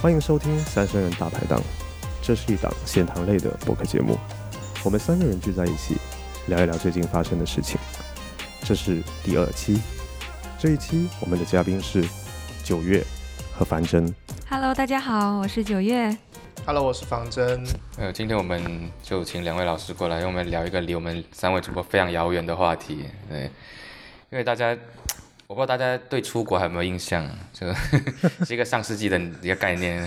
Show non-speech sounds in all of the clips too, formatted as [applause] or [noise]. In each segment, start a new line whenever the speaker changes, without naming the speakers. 欢迎收听《三生人大排档》，这是一档闲谈类的播客节目。我们三个人聚在一起，聊一聊最近发生的事情。这是第二期，这一期我们的嘉宾是九月和樊真。
Hello，大家好，我是九月。
Hello，我是仿真。
呃，今天我们就请两位老师过来，因为我们聊一个离我们三位主播非常遥远的话题。对，因为大家，我不知道大家对出国还有没有印象，这个 [laughs] 是一个上世纪的一个概念。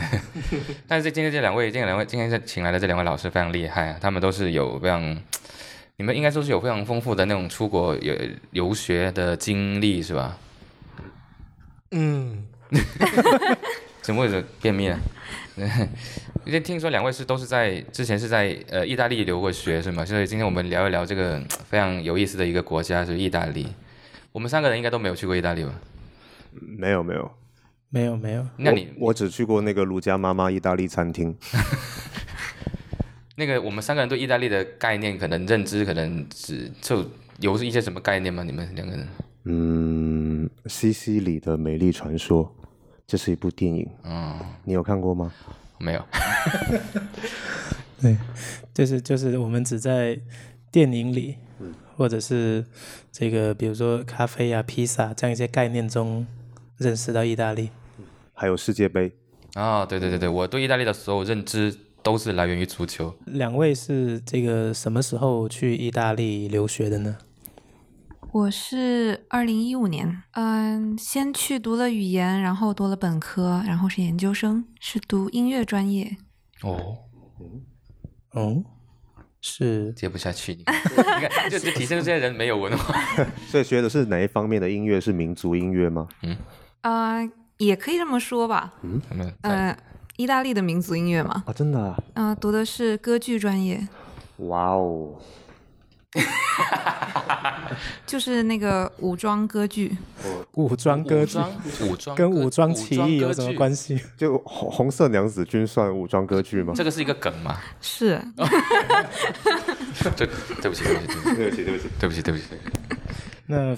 [laughs] 但是今天这两位，今天两位，今天这请来的这两位老师非常厉害啊，他们都是有非常，你们应该说是有非常丰富的那种出国游游学的经历是吧？
嗯，
怎么会有便秘了？ [laughs] 因为听说两位是都是在之前是在呃意大利留过学是吗？所以今天我们聊一聊这个嗯非常有意思的一个国家，就是意大利。我们三个人应该都没有去过意大利吧？
没有没有，
没有没有，
那你
我我只去过那个卢家妈妈意大利餐厅。
那个我们三个人对意大利的概念，可能认知可能只就有一些什么概念吗？你们两个人？
嗯，西西里的美丽传说，这是一部电影，
嗯，
你有看过吗？
没有。
对，就是就是我们只在电影里，或者是这个比如说咖啡啊、披萨这样一些概念中认识到意大利。
还有世界杯，
啊、对对对对，我对意大利的所有认知都是来源于足球。
两位是这个什么时候去意大利留学的呢？
我是二零一五年，嗯，先去读了语言，然后读了本科，然后是研究生，是读音乐专业。
哦，
哦，是
接不下去，你看， [laughs] 你看就就体现出这些人没有文化。
所以学的是哪一方面的音乐？是民族音乐吗？
呃，也可以这么说吧。
他们在
嗯、意大利的民族音乐嘛。
啊，真的、啊？
嗯、读的是歌剧专业，
哇哦！
就是那个武装歌剧。
武装歌
武
剧， [laughs]
装武装
跟
歌
武装起义有什么关
系？
系？
就红红色娘子军算武装歌剧吗？
这个是一个梗嘛？
是，
对，对不起，对不起，
对不起，对不起，
对
[laughs]
不起，对不起，对不起。
那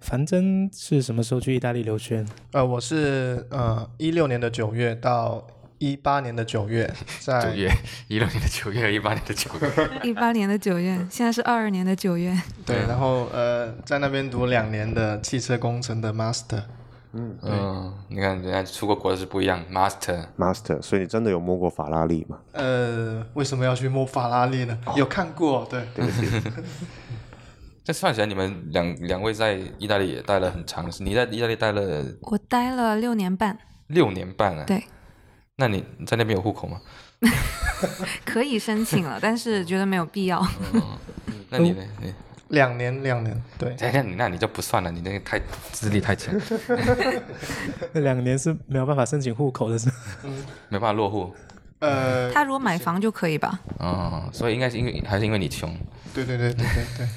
樊真是什么时候去意大利留学呢？
呃，我是呃一六年的九月到一八年的九月，
九
在
月，一六年的九月，一八年的九月，
一八年的九 [laughs] 月，现在是二二年的九月。
对，然后呃在那边读两年的汽车工程的 master，
嗯，你看人家出过国是不一样，master，
Master，所以你真的有摸过法拉利吗？
呃，为什么要去摸法拉利呢？有看过，对，
这算起来你们两两位在意大利也待了很长时，你在意大利待了
我待了六年半，
六年半了，
对，
那你你在那边有户口吗？
可以申请了，但是觉得没有必 [laughs] 要。
那你呢？你
两年两年，对，
哎，那你 [laughs] 那你就不算了，你那个太资历太
[laughs]
浅，
那两年是没有办法申请户口的是吗？ [laughs]
没办法落户。
呃，
他如果买房就可以吧？
哦，所以应该是因为还是因为你穷，
对对对对对对，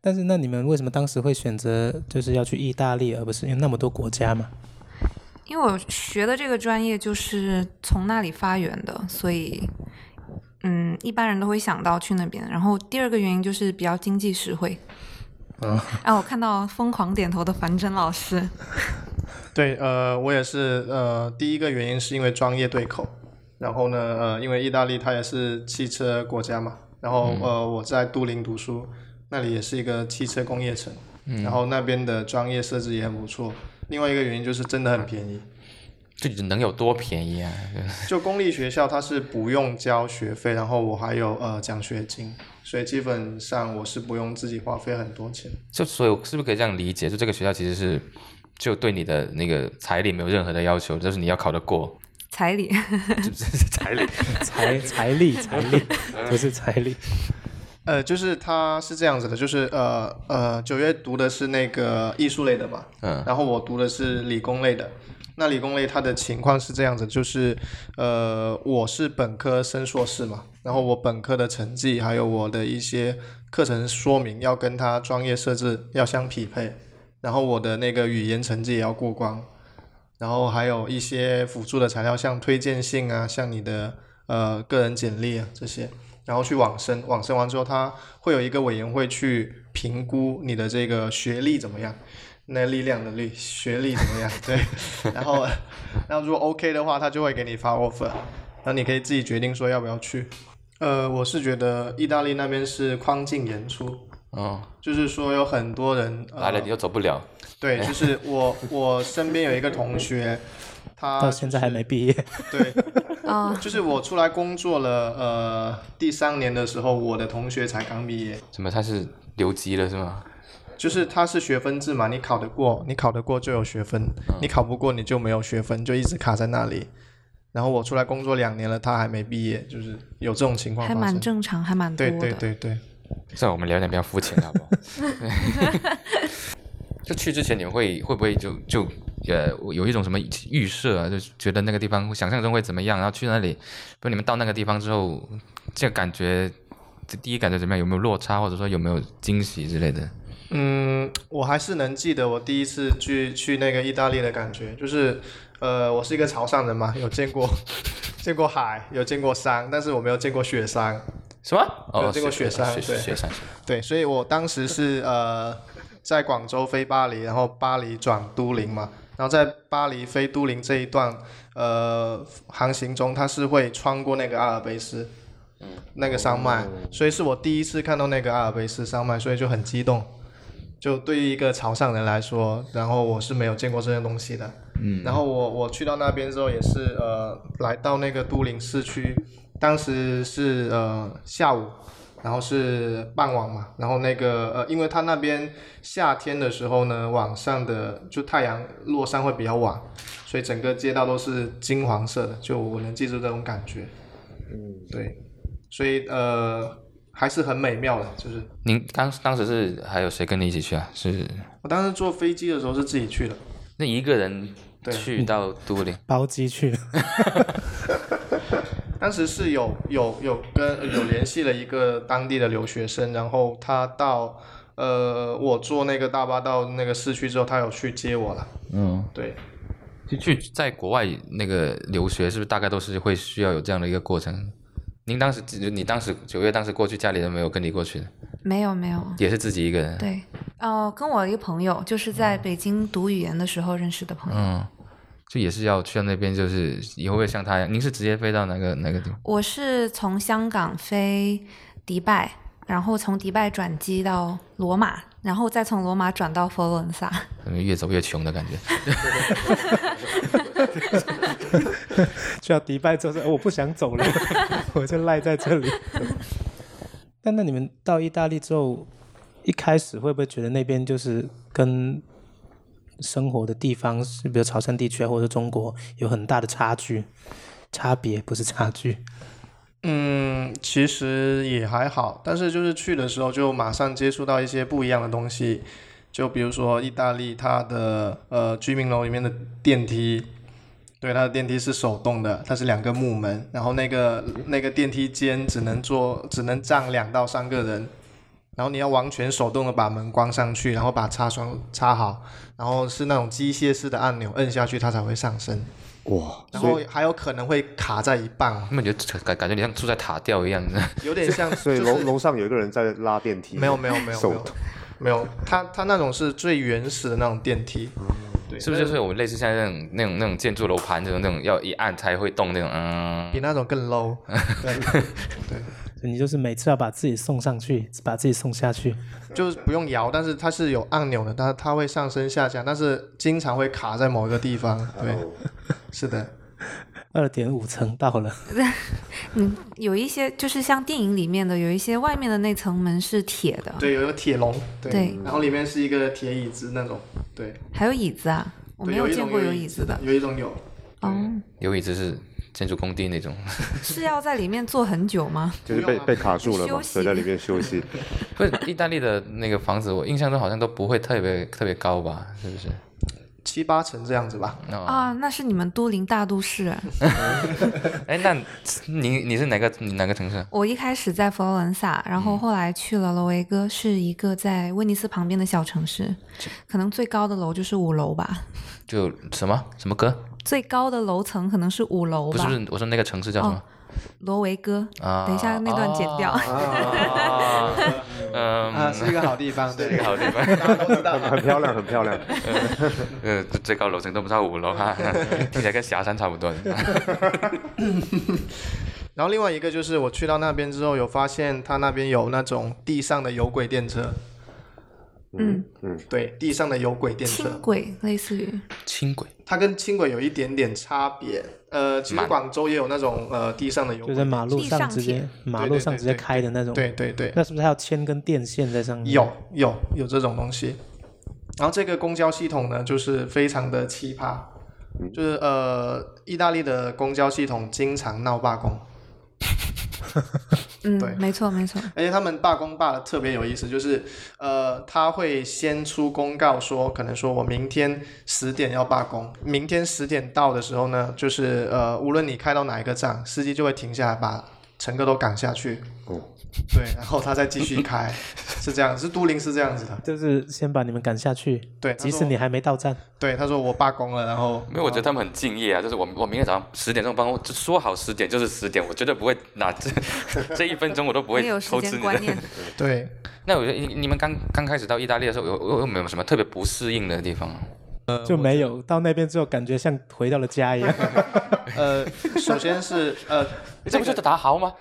但是那你们为什么当时会选择就是要去意大利，而不是因为那么多国家嘛？
因为我学的这个专业就是从那里发源的，所以，嗯，一般人都会想到去那边。然后第二个原因就是比较经济实惠。 [laughs] 啊，我看到疯狂点头的樊真老师，
对，呃，我也是，呃，第一个原因是因为专业对口，然后呢，呃，因为意大利它也是汽车国家嘛，然后、呃，我在都灵读书，那里也是一个汽车工业城，然后那边的专业设置也很不错。另外一个原因就是真的很便宜，
这能有多便宜啊？
就公立学校它是不用交学费，然后我还有呃奖学金，所以基本上我是不用自己花费很多钱。
就所以是不是可以这样理解？就这个学校其实是就对你的那个财力没有任何的要求，就是你要考得过，
彩
[laughs]
礼，
是不是财力？
财财力财
[laughs]
力不是财力，
呃，就是他是这样子的，就是呃呃，九月读的是那个艺术类的嘛，
嗯，
然后我读的是理工类的。那理工类它的情况是这样子，就是呃，我是本科升硕士嘛，然后我本科的成绩还有我的一些课程说明要跟他专业设置要相匹配，然后我的那个语言成绩也要过关，然后还有一些辅助的材料，像推荐信啊，像你的呃个人简历啊这些，然后去网申，网申完之后，他会有一个委员会去评估你的这个学历怎么样。那力量的力，学历怎么样？对， [laughs] 然后，然后如果 OK 的话，他就会给你发 offer，那你可以自己决定说要不要去。呃，我是觉得意大利那边是匡进严出，
哦，
就是说有很多人、呃、
来了你又走不了，
对，就是我我身边有一个同学，他
到现在还没毕业。
对，
啊、
就是我出来工作了，呃，第三年的时候，我的同学才刚毕业，
怎么他是留级了是吗？
就是他是学分制嘛，你考得过，你考得过就有学分，你考不过你就没有学分，就一直卡在那里。然后我出来工作两年了，他还没毕业，就是有这种情况
还
发
蛮
生。
正常，还蛮多
对
的。
对对对，
算了，我们聊点比较肤浅的好不好？ [laughs] 就去之前你会会不会就就呃我有一种什么预设啊，就是觉得那个地方想象中会怎么样，然后去那里，不你们到那个地方之后，这感觉这第一感觉怎么样？有没有落差，或者说有没有惊喜之类的？
嗯，我还是能记得我第一次去去那个意大利的感觉，就是，呃，我是一个潮汕人嘛，有见过 [laughs] 见过海，有见过山，但是我没有见过雪山。
什么？
有
哦，
这个
雪
雪山
雪
对
雪山，
对，所以我当时是呃在广州飞巴黎，然后巴黎转都灵嘛，然后在巴黎飞都灵这一段呃航行中，它是会穿过那个阿尔卑斯，那个山脉，所以是我第一次看到那个阿尔卑斯山脉，所以就很激动。就对于一个潮汕人来说，然后我是没有见过这些东西的。嗯，然后我我去到那边之后也是呃来到那个都灵市区，当时是呃下午，然后是傍晚嘛，然后那个呃，因为它那边夏天的时候呢，晚上的就太阳落山会比较晚，所以整个街道都是金黄色的，就我能记住这种感觉。嗯，对，所以呃还是很美妙的，就是
您当当时是还有谁跟你一起去啊？是
我当时坐飞机的时候是自己去的，
那一个人
对
去到都灵，
包机去，
当时是有有有跟有联系了一个当地的留学生，然后他到呃我坐那个大巴到那个市区之后，他有去接我了，
嗯，
对。
就去在国外那个留学，是不是大概都是会需要有这样的一个过程？您当时你当时九月当时过去，家里人没有跟你过去的，
没有没有，
也是自己一个人。
对，呃，跟我一个朋友，就是
嗯
在北京读语言的时候认识的朋友。
嗯，就也是要去到那边，就是以后会像他一样，您是直接飞到哪个哪个地方？
我是从香港飞迪拜，然后从迪拜转机到罗马，然后再从罗马转到佛罗伦萨。
怎么越走越穷的感觉？
去到迪拜之后说，哦我不想走了， [laughs] 我就赖在这里。 [laughs] 但那你们到意大利之后，一开始会不会觉得那边就是跟生活的地方，是比如潮汕地区啊，或者中国有很大的差距？差别不是差距，
嗯，其实也还好，但是就是去的时候就马上接触到一些不一样的东西，就比如说意大利它的呃居民楼里面的电梯，对，它的电梯是手动的，它是两个木门，然后那个那个电梯间只能坐只能站两到三个人，然后你要完全手动的把门关上去，然后把插栓插好，然后是那种机械式的按钮，摁下去它才会上升，
哇，
然后还有可能会卡在一半哦，
那么你就感感觉你像住在塔吊一样，
有点像
所以
就
楼
是
楼上有一个人在拉电梯，
没有没有没有没
手
有没有，它它那种是最原始的那种电梯，对，
是不是就是我们类似像那种那种那种建筑楼盘这种那种要一按才会动那种？嗯，
比那种更 low？对，
你就是每次要把自己送上去，把自己送下去。
就是不用摇，但是它是有按钮的，它它会上升下降，但是经常会卡在某一个地方。对，是的，
二点五层到了，
嗯，有一些就是像电影里面的，有一些外面的那层门是铁的，
对，有一个铁笼，对，
对
然后里面是一个铁椅子那种，对，
还有椅子啊，我
对
没
有一
见
种
过
有
椅子的。
有一种有，
哦，
有椅子是建筑工地那种， [laughs]
是要在里面坐很久
[laughs]
吗？
就是被被卡住了嘛，
休息
所以在里面休息。
不是意大利的那个房子，我印象中好像都不会特别特别高吧？是不是？
七八层这样子吧。
那
啊，那是你们都灵大都市。
哎，那你你是哪个你哪个城市啊？
我一开始在佛罗伦萨，然
嗯
后后来去了罗维哥，是一个在威尼斯旁边的小城市，可能最高的楼就是五楼吧，
就什么什么歌？
最高的楼层可能是五楼
不是
吧
不。是，我说那个城市叫什么？
罗维哥，
啊 [laughs]
等一下那段剪掉。
啊嗯，
啊，是一个好地方，对，
是一个好地方。
大家都知道。
很漂亮，很漂亮。
呃，最高楼层都不到五楼哈， [laughs] 听起来跟霞山差不多。
然后另外一个就是我去到那边之后，有发现它那边有那种地上的有轨电车，
嗯，
对，地上的有轨电
轻
车，
轨类似于，
轻轨
它跟轻轨有一点点差别。呃，其实
蛮
广州也有那种呃地上的有
就
轨
在，马路
地上
上直接
铁
马路嗯上直接开的那种。
对对对，
那是不是还要牵根电线在上面？
有有有这种东西。然后这个公交系统呢，就是非常的奇葩，
嗯
就是呃，意大利的公交系统经常闹罢工，
嗯
对，
没错没错，
而且他们罢工罢的特别有意思，就是呃，他会先出公告说，可能说我明天十点要罢工，明天十点到的时候呢，就是呃，无论你开到哪一个站，司机就会停下来把乘客都赶下去。
哦
对，然后他再继续开，是这样，是都灵是这样子的。
就是先把你们赶下去，
对，他
即
说
使你还没到站，
对他说我罢工了，然后
没有，我觉得他们很敬业啊，就是我我明天早上十点钟帮我就说好十点就是十点，我绝对不会拿这 [laughs] 这一分钟我都不会
也有时
偷吃
间
你的
观。念。
对，
那我觉得你你们刚刚开始到意大利的时候，有有有没有什么特别不适应的地方？啊
就没有到那边之后，感觉像回到了家
[laughs]
一样。
呃，首先是呃，
这不就是打豪吗？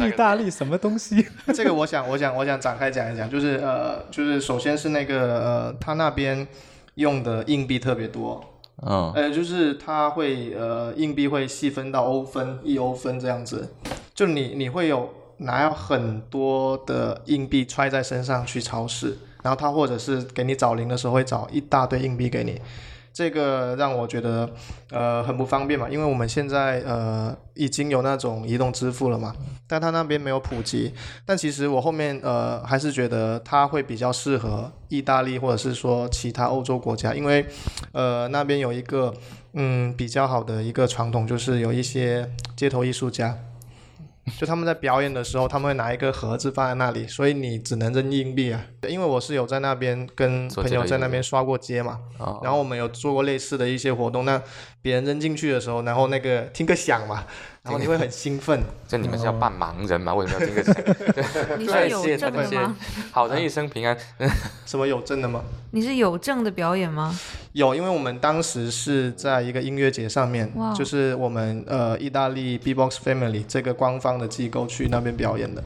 意大利什么东西？
这个我想，我想，我想展开讲一讲，就是呃，就是首先是那个呃，他那边用的硬币特别多，
嗯，
呃，就是他会呃，硬币会细分到欧分、一欧分这样子，就你你会有拿很多的硬币揣在身上去超市，然后他或者是给你找零的时候会找一大堆硬币给你。这个让我觉得，呃，很不方便嘛，因为我们现在呃已经有那种移动支付了嘛，但他那边没有普及。但其实我后面呃还是觉得它会比较适合意大利或者是说其他欧洲国家，因为呃，那边有一个嗯比较好的一个传统，就是有一些街头艺术家，就他们在表演的时候，他们会拿一个盒子放在那里，所以你只能扔硬币啊。因为我是有在那边跟
做
朋
街头
友在
艺
那
术
边刷过街嘛，
哦
然后我们有做过类似的一些活动。那别人扔进去的时候，然后那个听个响嘛，然后你会很兴奋。
这你们是要扮盲人吗？为什么要这个？
你
对
是有
[laughs] 谢
证的
谢
吗？
好人一生平安。
什么有真的吗？
你是有证的表演吗？
有，因为我们当时是在一个音乐节上面
哇，
就是我们呃意大利 B-box Family 这个官方的机构去那边表演的。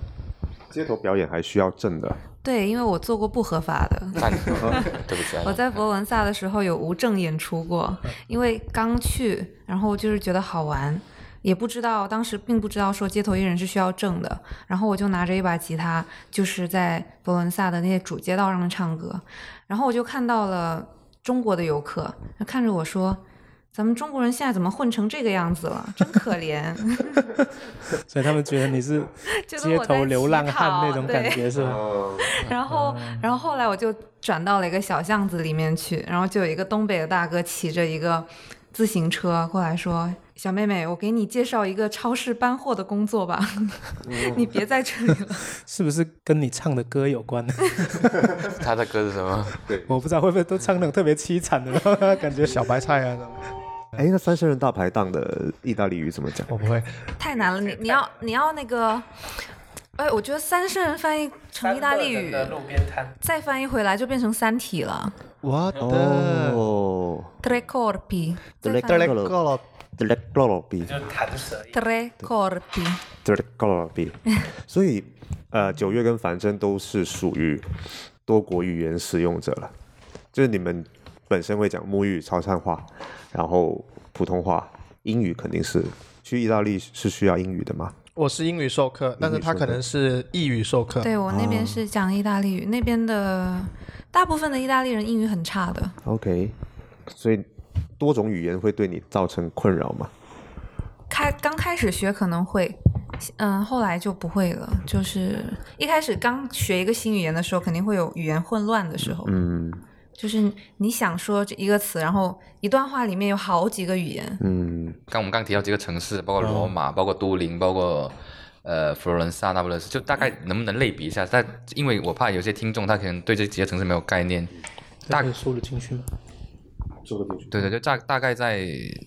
街头表演还需要证的，
对，因为我做过不合法的。[laughs]
那你对不起啊，
我
嗯
在佛罗伦萨的时候有无证演出过，因为刚去，然后就是觉得好玩，也不知道当时并不知道说街头艺人是需要证的，然后我就拿着一把吉他，就是在佛罗伦萨的那些主街道上面唱歌，然后我就看到了中国的游客，他看着我说。咱们中国人现在怎么混成这个样子了？真可怜， [laughs]
所以他们觉得你是
觉得
街
我在
头流
乞
浪汉那
讨
种
对
感觉是吧？
然后，
嗯
然后后来我就转到了一个小巷子里面去，然后就有一个东北的大哥骑着一个自行车过来说：“小妹妹，我给你介绍一个超市搬货的工作
[laughs]
吧，你别在这里了。
是不是跟你唱的歌
[laughs]
有关？
他的歌是什么？
我不知道会不会都唱那种特别凄惨的，然后感觉
小白菜啊，
哎，那三圣人大排档的意大利语怎么讲？
我不会。”
太难了，
[laughs]
你你要你要那个，哎，我觉得三圣人翻译成意大利语，
路边摊
再翻译回来就变成《三体》了。
我的
哦
Tre [laughs] corpi，再
Tre
翻译
corpi d r e g o l o b i
弹舌
[laughs] Tre corpi，
d r e g o l o [laughs] b i 所以呃，九月跟樊振都是属于多国语言使用者了，就是你们本身会讲母语潮汕话，然后普通话、英语肯定是去意大利是需要英语的吗？
我是英语授课，但是他可能是意语授课。
对我哦那边是讲意大利语，那边的大部分的意大利人英语很差的。
OK，所以多种语言会对你造成困扰吗？
开刚开始学可能会，嗯，后来就不会了。就是一开始刚学一个新语言的时候，肯定会有语言混乱的时候。
嗯
就是你想说这一个词，然后一段话里面有好几个语言。
嗯，
刚我们刚提到几个城市，包括罗
嗯
马，包括都灵，包括呃佛罗伦萨、那不勒斯，就大概能不能类比一下？但因为我怕有些听众他可能对这几个城市没有概念，
大概说得进去吗？
说得进去。
对对，就大大概在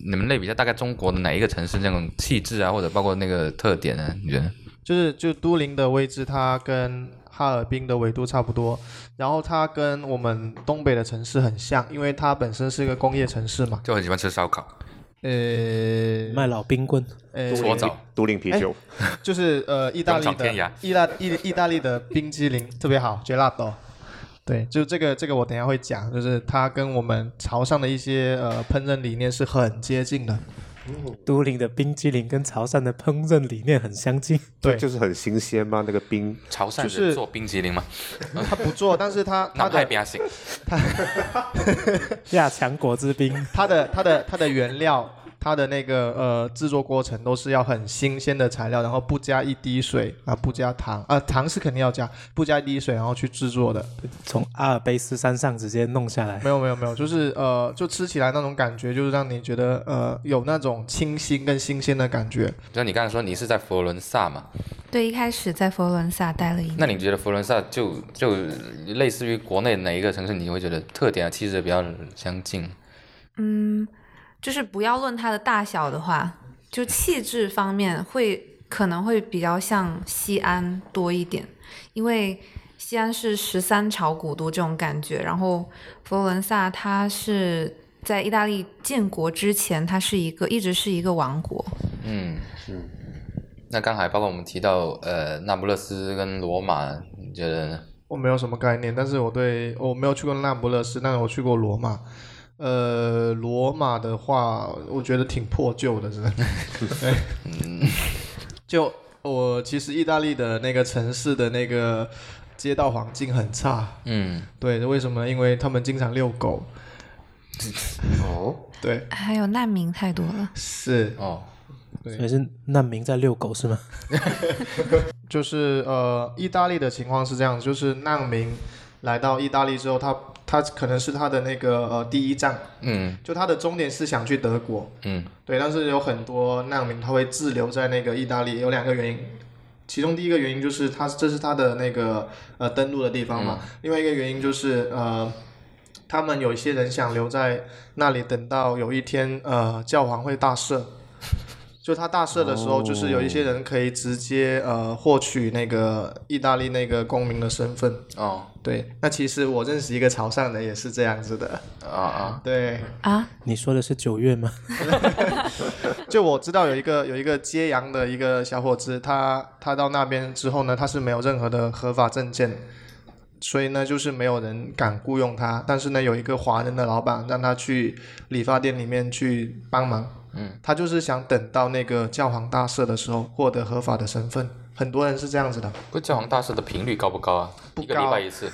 你们类比一下，大概中国的哪一个城市那种啊气质啊，或者包括那个特点呢、你觉得？
就是就都灵的位置，它跟哈尔滨的纬度差不多，然后它跟我们东北的城市很像，因为它本身是一个工业城市嘛。
就很喜欢吃烧烤、
呃
卖老冰棍，
呃，
搓澡，
独领啤酒，
就是呃，意大利
勇闯天涯
的意大意意大利的冰激凌特别好，gelato。对，就这个这个我等一下会讲，就是它跟我们潮汕的一些呃烹饪理念是很接近的。
都灵的冰激凌跟潮汕的烹饪理念很相近。
对，
就是很新鲜嘛，那个冰
潮汕
就是
人做冰淇淋吗？
它不做，但是
[laughs]
它它
那太
的
冰醒，
亚强果汁冰，
它的它的它的原料，它的那个呃制作过程都是要很新鲜的材料，然后不加一滴水啊，不加糖啊，糖是肯定要加，不加一滴水然后去制作的。
从阿尔卑斯山上直接弄下来，
没有没有没有，就是呃，就吃起来那种感觉，就是让你觉得呃有那种清新跟新鲜的感觉。
就你刚才说你是在佛罗伦萨嘛？
嗯
对，一开始在佛罗伦萨待了一年。
那你觉得佛罗伦萨就就类似于国内哪一个城市，你会觉得特点啊、气质比较相近？
嗯，就是不要论它的大小的话，就气质方面会可能会比较像西安多一点，因为西安是十三朝古都这种感觉，然后佛罗伦萨它是在意大利建国之前，它是一个一直是一个王国，
嗯那刚才包括我们提到呃那不勒斯跟罗马，你觉得呢？
我没有什么概念，但是我对我没有去过那不勒斯，但是我去过罗马。呃，罗马的话，我觉得挺破旧的，真的。对就我其实意大利的那个城市的那个街道环境很差，
嗯，
对，为什么呢？因为他们经常遛狗，
哦
对，
还有难民太多了。
是
哦，
对
所以是难民在遛狗是吗？ [laughs]
就是呃，意大利的情况是这样，就是难民来到意大利之后，他他可能是他的那个呃第一站，
嗯
就他的终点是想去德国，
嗯
对，但是有很多难民他会滞留在那个意大利，有两个原因。其中第一个原因就是他这是他的那个呃登陆的地方嘛，另外一个原因就是呃他们有一些人想留在那里，等到有一天呃教皇会大赦，就他大赦的时候，就是有一些人可以直接呃获取那个意大利那个公民的身份。
哦
对，那其实我认识一个潮汕人也是这样子的，
啊啊，
对。
啊，
你说的是九月吗？ [laughs]
就我知道有一个有一个揭阳的一个小伙子，他他到那边之后呢，他是没有任何的合法证件，所以呢就是没有人敢雇佣他。但是呢，有一个华人的老板让他去理发店里面去帮忙，嗯，他就是想等到那个教皇大赦的时候获得合法的身份。很多人是这样子的，
不过教皇大赦的频率高不高啊？
不
一个
高
礼拜一次。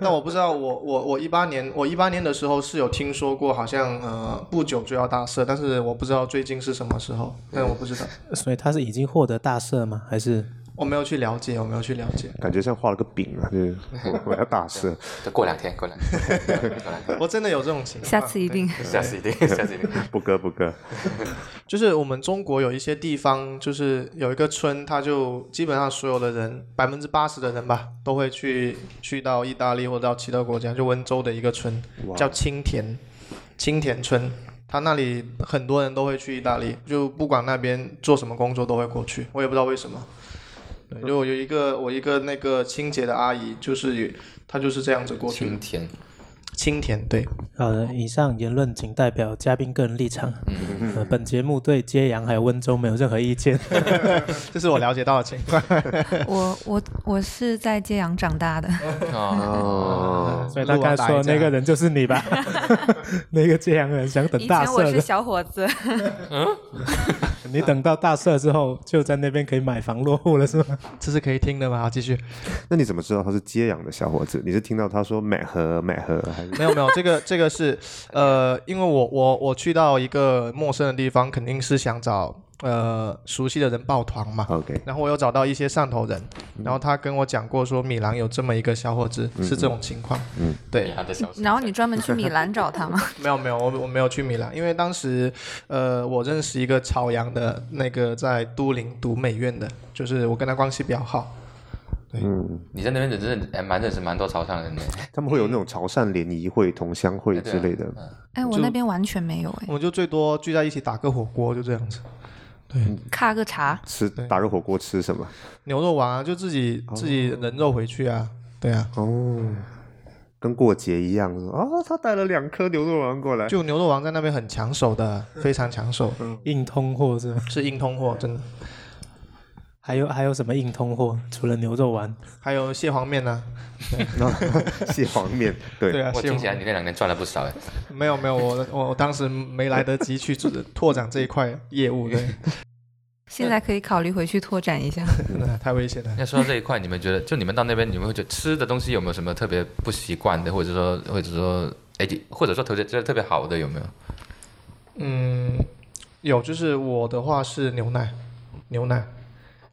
那我不知道，我我我一八年，我一八年的时候是有听说过，好像呃不久就要大赦，但是我不知道最近是什么时候，但我不知道，
所以他是已经获得大赦吗？还是
我没有去了解，我没有去了解。
[laughs] 感觉像画了个饼啊，就是 [laughs] 我我要大赦。
就过两天，过两天，过两天，
我真的有这种情况。
下次一
啊
定。
下次一定，下次一定。
不割不割，
就是我们中国有一些地方，就是有一个村，它就基本上所有的人，百分之八十的人吧，都会去去到意大利或者到其他国家。就温州的一个村
哇
叫青田，青田村，它那里很多人都会去意大利，就不管那边做什么工作都会过去。我也不知道为什么。对，就我有一个我一个那个清洁的阿姨，就是她就是这样子过去的
晴。天，
青田对，
好的，呃以上言论仅代表嘉宾个人立场。
嗯
呃本节目对揭阳还有温州没有任何意见。
这是我了解到的情况。
我我我是在揭阳长大的，
[laughs]
哦，
[laughs] 所以他刚才说的那个人就是你吧？ [laughs] 那个揭阳人想等
以
大
前我
赦
是
的，
小伙子，
你等到大赦之后就在那边可以买房落户了是吗？
这是可以听的吗？好，继续。
那你怎么知道他是揭阳的小伙子？你是听到他说买盒买盒，还是
没有没有，
[laughs]
这个这个是呃，因为我我我去到一个陌生的地方，肯定是想找呃熟悉的人抱团嘛。 [laughs]
OK？
然后我有找到一些汕头人，
嗯
然后他跟我讲过说米兰有这么一个小伙子，是这种情况。
嗯，
对，
他的小
然后你专门去米兰找他吗？ [laughs]
没有没有，我我没有去米兰，因为当时呃我认识一个朝阳的那个在都灵读美院的，就是我跟他关系比较好。
嗯，
你在那边哎认识还蛮认识蛮多潮汕人的，啊
他们会有那种潮汕联谊会、同乡会
啊
之类的。
嗯
[laughs] 哎，我那边完全没有哎。
我们就最多聚在一起打个火锅，就这样子。
咔个茶，
吃打热火锅吃什么？
牛肉丸啊，就自己
哦
自己人肉回去啊，对啊，
哦，跟过节一样哦，他带了两颗牛肉丸过来，
就牛肉丸在那边很抢手的，非常抢手，
嗯
硬通货是吗？
是硬通货，真的。
还有还有什么硬通货？除了牛肉丸，
还有蟹黄面啊呢、 [laughs]
蟹黄面，对，
对啊，
我
蟹
听
黄
起来你那两年赚了不少哎，
没有没有，我我我当时没来得及去做拓展这一块业务，
[laughs]
对，
现在可以考虑回去拓展一下。
真的太危险了。
那说到这一块，你们觉得，就你们到那边，你们会觉得吃的东西有没有什么特别不习惯的，或者说，或者说，哎，或者说特别觉得特别好的有没有？
嗯，有，就是我的话是牛奶，牛奶，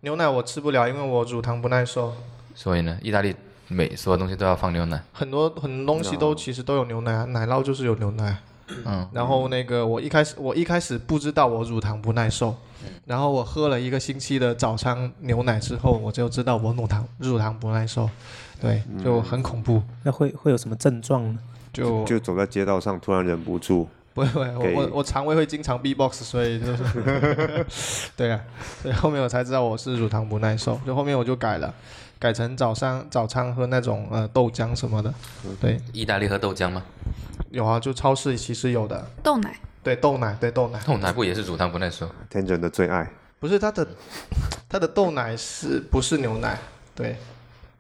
牛奶我吃不了，因为我乳糖不耐受。
所以呢，意大利每所有东西都要放牛奶，
很多很多东西都其实都有牛奶啊，奶酪就是有牛奶。
嗯，
然后那个我一开始我一开始不知道我乳糖不耐受，然后我喝了一个星期的早餐牛奶之后，我就知道我乳糖乳糖不耐受，对，就很恐怖，
那会会有什么症状呢？
就
就走在街道上，突然忍不住，
不会，我
给
我我肠胃会经常 B box，所以就是 [laughs] 对啊，所以后面我才知道我是乳糖不耐受，就后面我就改了，改成早上早餐喝那种呃豆浆什么的，对，
意大利喝豆浆吗？
有啊，就超市其实有的，
[laughs] 豆奶，
对豆奶，对豆奶，
豆奶不也是乳糖不耐受？
天真的最爱，
不是它的 [laughs] 它的豆奶是不是牛奶？对，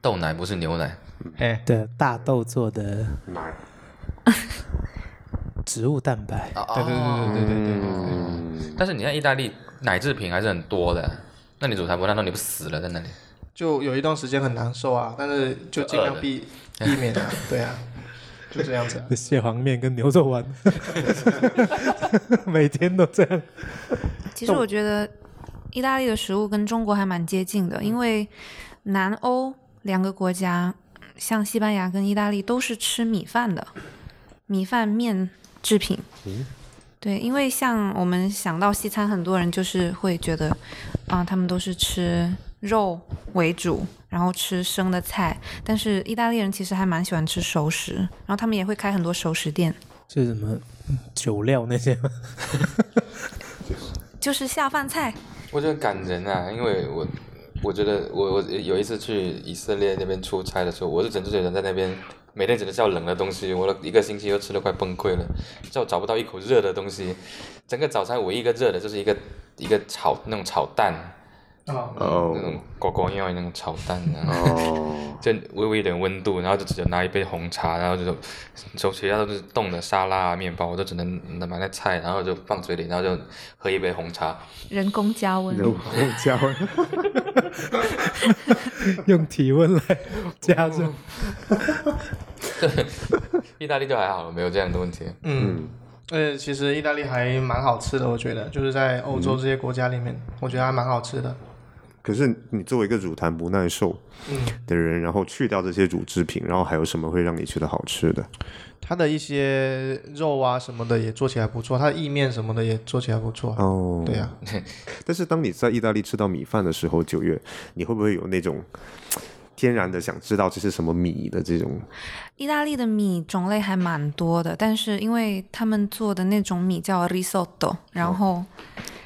豆奶不是牛奶，
哎，
的大豆做的
奶，
植物蛋白，
哦
啊对对对对对对对对对，
嗯，
但是你看意大利奶制品还是很多的，那你乳糖不耐受你不死了在那里？
就有一段时间很难受啊，但是就尽量避避免
[laughs]
啊，对啊，就这样子啊、
蟹黄面跟牛肉丸， [laughs] 每天都这样。
其实我觉得意大利的食物跟中国还蛮接近的，因为南欧两个国家，像西班牙跟意大利都是吃米饭的，米饭面制品。对，因为像我们想到西餐，很多人就是会觉得，啊、他们都是吃肉为主，然后吃生的菜。但是意大利人其实还蛮喜欢吃熟食，然后他们也会开很多熟食店。
是什么嗯酒料那些吗？
就是下饭菜，
我觉得感人啊，因为我我觉得我我有一次去以色列那边出差的时候，我是整个人在那边每天只能吃到冷的东西，我一个星期都吃的快崩溃了，就找不到一口热的东西。整个早餐唯一一个热的就是一个一个炒那种炒蛋，
嗯
那
哦
种锅锅要那种炒蛋，然后
哦，
[laughs] 就微微有点温度，然后就只能拿一杯红茶，然后就就其他都是冻的沙拉啊、面包，我都只能买那菜，然后就放嘴里，然后就喝一杯红茶。
人工加温。
有胡椒，
[laughs] 用体温来加热，
意大利就还好了，没有这样的问题。
嗯，而且其实意大利还蛮好吃的，我觉得就是在欧洲这些国家里面，
嗯
我觉得还蛮好吃的。
可是你作为一个乳糖不耐受
嗯
的人，然后去掉这些乳制品，然后还有什么会让你觉得好吃的？
它的一些肉啊什么的也做起来不错，它的意面什么的也做起来不错。
哦，
对呀、啊
但是当你在意大利吃到米饭的时候，九月，你会不会有那种嘖天然的想知道这是什么米的这种？
意大利的米种类还蛮多的，但是因为他们做的那种米叫 risotto，然后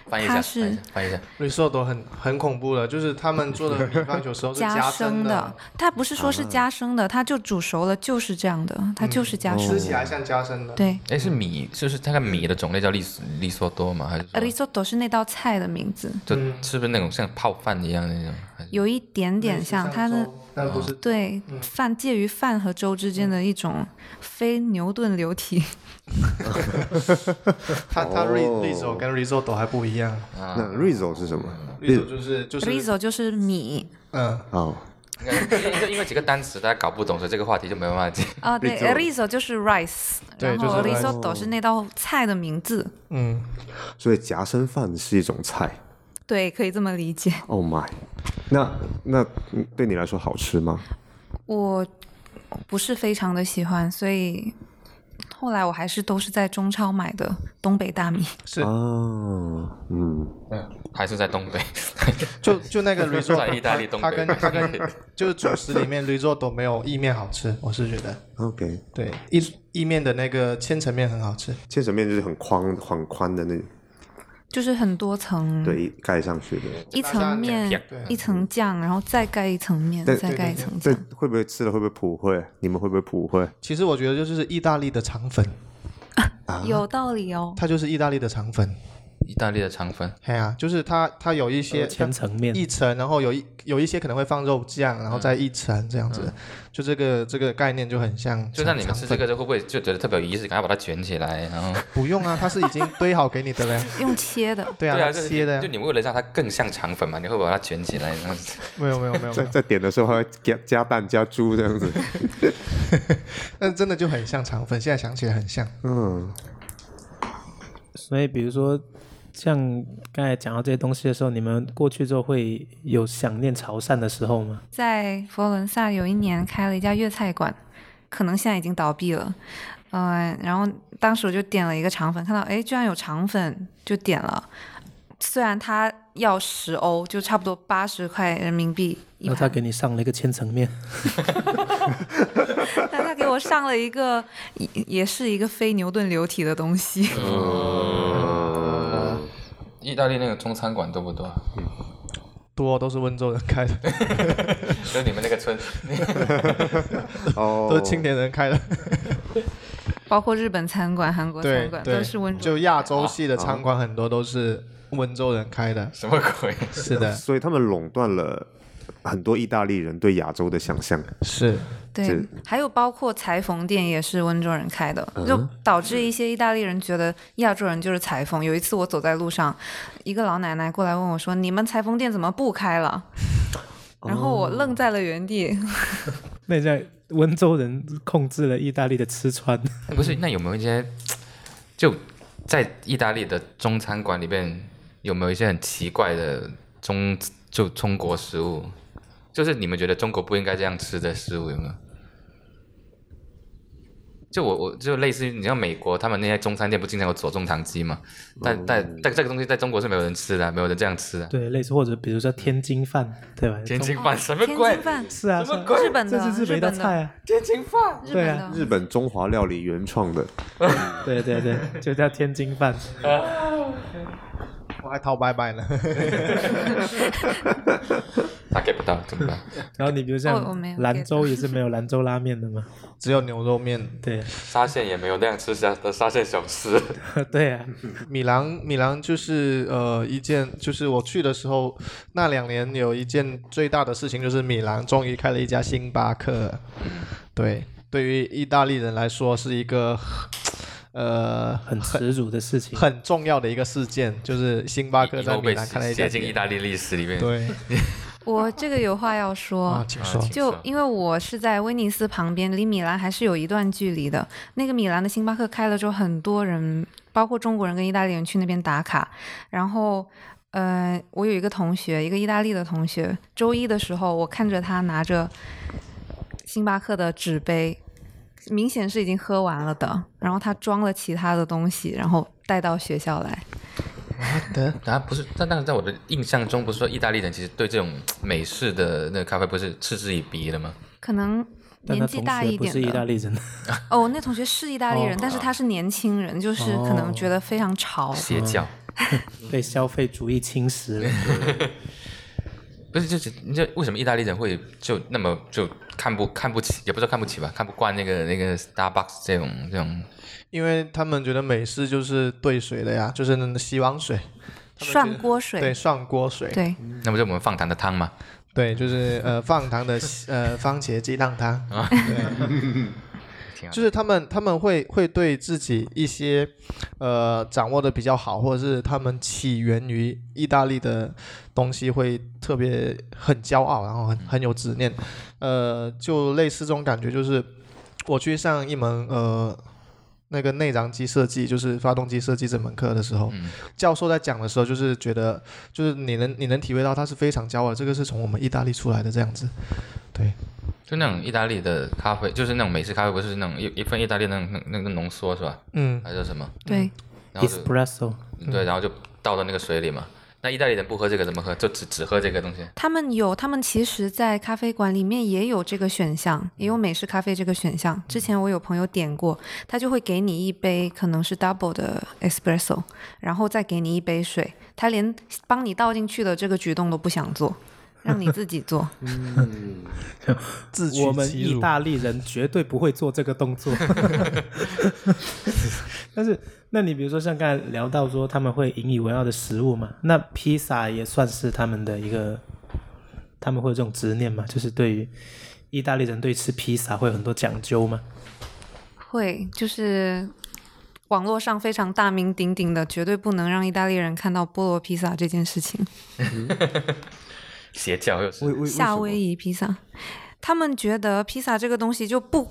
翻译一
它
下，
是
翻译一下，翻译一下。
r i s o t t o 很很恐怖的，就是他们做的米饭有时候哦
[laughs]
是
加
生
生的，它不是说是加生的，它就煮熟了就是这样的，它就是加生
吃
的。
起来像加生的。
对
哎，是米，就是大概米的种类叫利索利索多吗？还是说
，risotto 是那道菜的名字，
就是不是那种像泡饭一样那种？还是
有一点点像它的
粥，但不
哦
是
对饭介于饭和粥之间的一种非牛顿流体。
它它 r i s o 跟 risotto 还不一样
那 riso 是什么？
啊，risotto 就是就是
risotto 就是米
嗯，
哦，
应该因为因为因为几个单词大家搞不懂，所以这个话题就没办
[laughs]
法讲。
啊，对
Risotto
，risotto 就是 rice，
对
然
就是
后
rice
risotto 是那道菜的名字。
嗯，
所以夹生饭是一种菜。
对，可以这么理解。
Oh my，那那嗯对你来说好吃吗？
[laughs] 我不是非常的喜欢，所以后来我还是都是在中超买的东北大米。
是
哦，啊嗯，
还是在东北，
就就
[laughs]
那个
在
risotto，
意大利东
它
北
跟它跟就是主食里
[laughs]
面 risotto 没有意面好吃，我是觉得
OK，
对意意面的那个千层面很好吃，
千层面就是很宽很宽的那
就是很多
嗯
层，
对，盖上去的。
一层面，
对
一层酱，然后再盖一层面，
对
再盖一层
这
酱。
会不会吃了会不会普惠？你们会不会普惠？
其实我觉得就是意大利的肠粉，
啊
有道理哦，
它就是意大利的肠粉。
意大利的肠粉，
哎呀、就是它它有一
呃
些
哦千层面
一层，然后有一有一些可能会放肉酱，然后再一层这样子，就这个这个概念就很像。
嗯就像你们吃这个，就会不会就觉得特别有仪式感，要把它卷起来，然后
不用啊，它是已经堆好给你的了
[laughs]
呀。
用切的，
对
对
啊，
啊，就是
切的呀
就。你为了让它更像肠粉嘛，你会把它卷起来，然后
没有没有没有没
在
有，
在点的时候还会加加蛋加猪这样子。
但真的就很像肠粉，现在想起来很像。
嗯，
所以比如说像刚才讲到这些东西的时候，你们过去之后会有想念潮汕的时候吗？
在佛罗伦萨有一年开了一家粤菜馆，可能现在已经倒闭了。嗯、然后当时我就点了一个肠粉，看到诶居然有肠粉，就点了。虽然它要十欧，就差不多八十块人民币一
然后他
盘，
给你上了一个千层面，
但他给我上了一个，也也是一个非牛顿流体的东西。
嗯
意大利那个中餐馆多不多啊？
多都是温州人开的，
[laughs] 就你们那个村，
哦，
[laughs] 都是青年人开的，
[laughs] 包括日本餐馆、韩国餐
对
馆都
对
是温，州
就亚洲系
哦
的餐馆很多都是温州人开的，
什么鬼？
是
[laughs]
的，
所以他们垄断了很多意大利人对亚洲的想象。
是
对
这，
还有包括裁缝店也是温州人开的，就导致一些意大利人觉得亚洲人就是裁缝。有一次我走在路上，一个老奶奶过来问我说：“你们裁缝店怎么不开了？”然后我愣在了原
[laughs]
地，
那这样温州人控制了意大利的吃穿，
哎不
嗯
是，那有没有一些就在意大利的中餐馆里边，有没有一些很奇怪的中就中国食物？就是你们觉得中国不应该这样吃的食物有没有？就我我就类似于你像美国他们那些中餐店不经常有左宗棠鸡嘛？但、
嗯
但但这个东西在中国是没有人吃的啊、没有人这样吃的啊。
对，类似或者比如说天津饭，对吧？
天津
哦
饭什么
天
鬼
津？饭，
是啊，是啊
日本的
这是日本一道菜啊，
天津饭
日
对
本
啊
的
日本中华料理原创的，
对对对，
[laughs]
就叫天津饭。
我还淘拜拜呢， [laughs]
他给不到怎么
[laughs]
办？
然后你比如
哦我
像
没有
兰州也是没有兰州拉面的嘛，
只有牛肉面。
对啊
沙县也没有那样吃沙的沙县小吃。
[laughs] 对啊，
米兰米兰就是呃一件，就是我去的时候那两年有一件最大的事情就是米兰终于开了一家星巴克，对，对于意大利人来说是一个呃
很耻辱的事情。
很重要的一个事件，就是星巴克
以
在
后
米
被
兰开了一家
写进意
店。
大利历史里面。
对
我这个有话要说。
啊，请说。
就因为我是在威尼斯旁边，离米兰还是有一段距离的。那个米兰的星巴克开了之后，很多人，包括中国人跟意大利人去那边打卡。然后，呃，我有一个同学，一个意大利的同学，周一的时候，我看着他拿着星巴克的纸杯，明显是已经喝完了的，然后他装了其他的东西，然后带到学校来。
对，啊，不是，但但是在我的印象中，不是说意大利人其实对这种美式的那个咖啡不是嗤之以鼻的吗？
可能
但
年
他
纪
同
大
学
一
不
点
是意大
的
利人，
哦，那同学是意大利人，
哦
但是他是年轻人，就是可能觉得非常潮。
邪教、
被消费主义侵蚀了。
不是，就是你这为什么意大利人会就那么就看不看不起，也不是看不起吧，看不惯那个那个 Starbucks 这种这种
因为他们觉得美式就是兑水的呀，就是那洗碗水，
涮锅水，
对，涮锅水，
对
那不是我们放糖的汤吗？
对，就是呃放糖的呃番茄鸡蛋汤，
啊挺好
就是他们他们会会对自己一些呃掌握的比较好，或者是他们起源于意大利的东西会特别很骄傲，然后
嗯
很很有执念，呃，就类似这种感觉，就是我去上一门呃。那个内燃机设计就是发动机设计这门课的时候，
嗯
教授在讲的时候，就是觉得，就是你能你能体会到他是非常骄傲的，这个是从我们意大利出来的这样子，对，
就那种意大利的咖啡，就是那种美式咖啡，不是那种一一份意大利那种那那个浓缩是吧？
嗯，
还是什么？
对，
然后就
Espresso，
对，然后就倒到那个水里嘛，那意大利人不喝这个怎么喝？就只只喝这个东西？
他们有，他们其实，在咖啡馆里面也有这个选项，也有美式咖啡这个选项。之前我有朋友点过，他就会给你一杯可能是 double 的 espresso，然后再给你一杯水，他连帮你倒进去的这个举动都不想做，让你自己做。
自取
我们
其
意
辱。
大利人绝对不会做这个动作。 [laughs] 但是，那你比如说像刚才聊到说他们会引以为傲的食物嘛，那披萨也算是他们的一个，他们会有这种执念嘛，就是对于意大利人对吃披萨会有很多讲究嘛。
会，就是网络上非常大名鼎鼎的，绝对不能让意大利人看到菠萝披萨这件事情。
邪教又是
为为为什
夏
么
威夷披萨，他们觉得披萨这个东西就不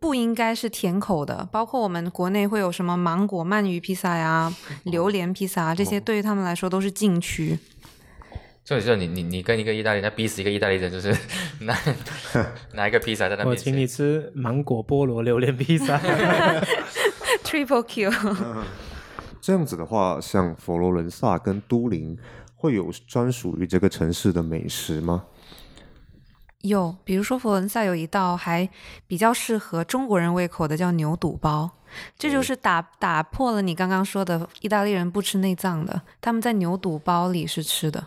不应该是甜口的，包括我们国内会有什么芒果鳗鱼披萨
哦
呀、榴莲披萨啊，这些对于他们来说都是禁区。
就你说你你你跟一个意大利人，逼死一个意大利人，就是 [laughs] 拿拿一个披萨在那
我
边
请你吃芒果菠萝榴莲
[laughs]
披萨，
Triple Q，
这样子的话，像佛罗伦萨跟都灵会有专属于这个城市的美食吗？
有，比如说佛罗伦萨有一道还比较适合中国人胃口的叫牛肚包，这就是打打破了你刚刚说的意大利人不吃内脏的，他们在牛肚包里是吃的。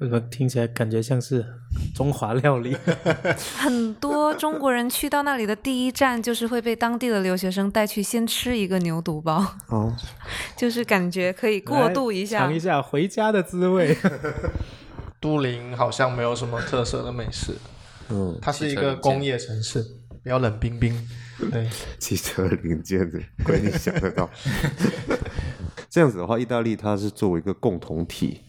怎么听起来感觉像是中华料理？
[laughs] 很多中国人去到那里的第一站就是会被当地的留学生带去先吃一个牛肚包， [laughs]
哦，
就是感觉可以 [laughs] 过渡一
来
下
尝一。下回家的滋味。 [laughs]
都灵好像没有什么特色的美食，
嗯，
它是一
汽车
个
零件
工业城市，比较冷冰冰。对，
汽车零件的， [laughs] 亏你想得到。 [laughs] 这样子的话，意大利它是作为一个共同体，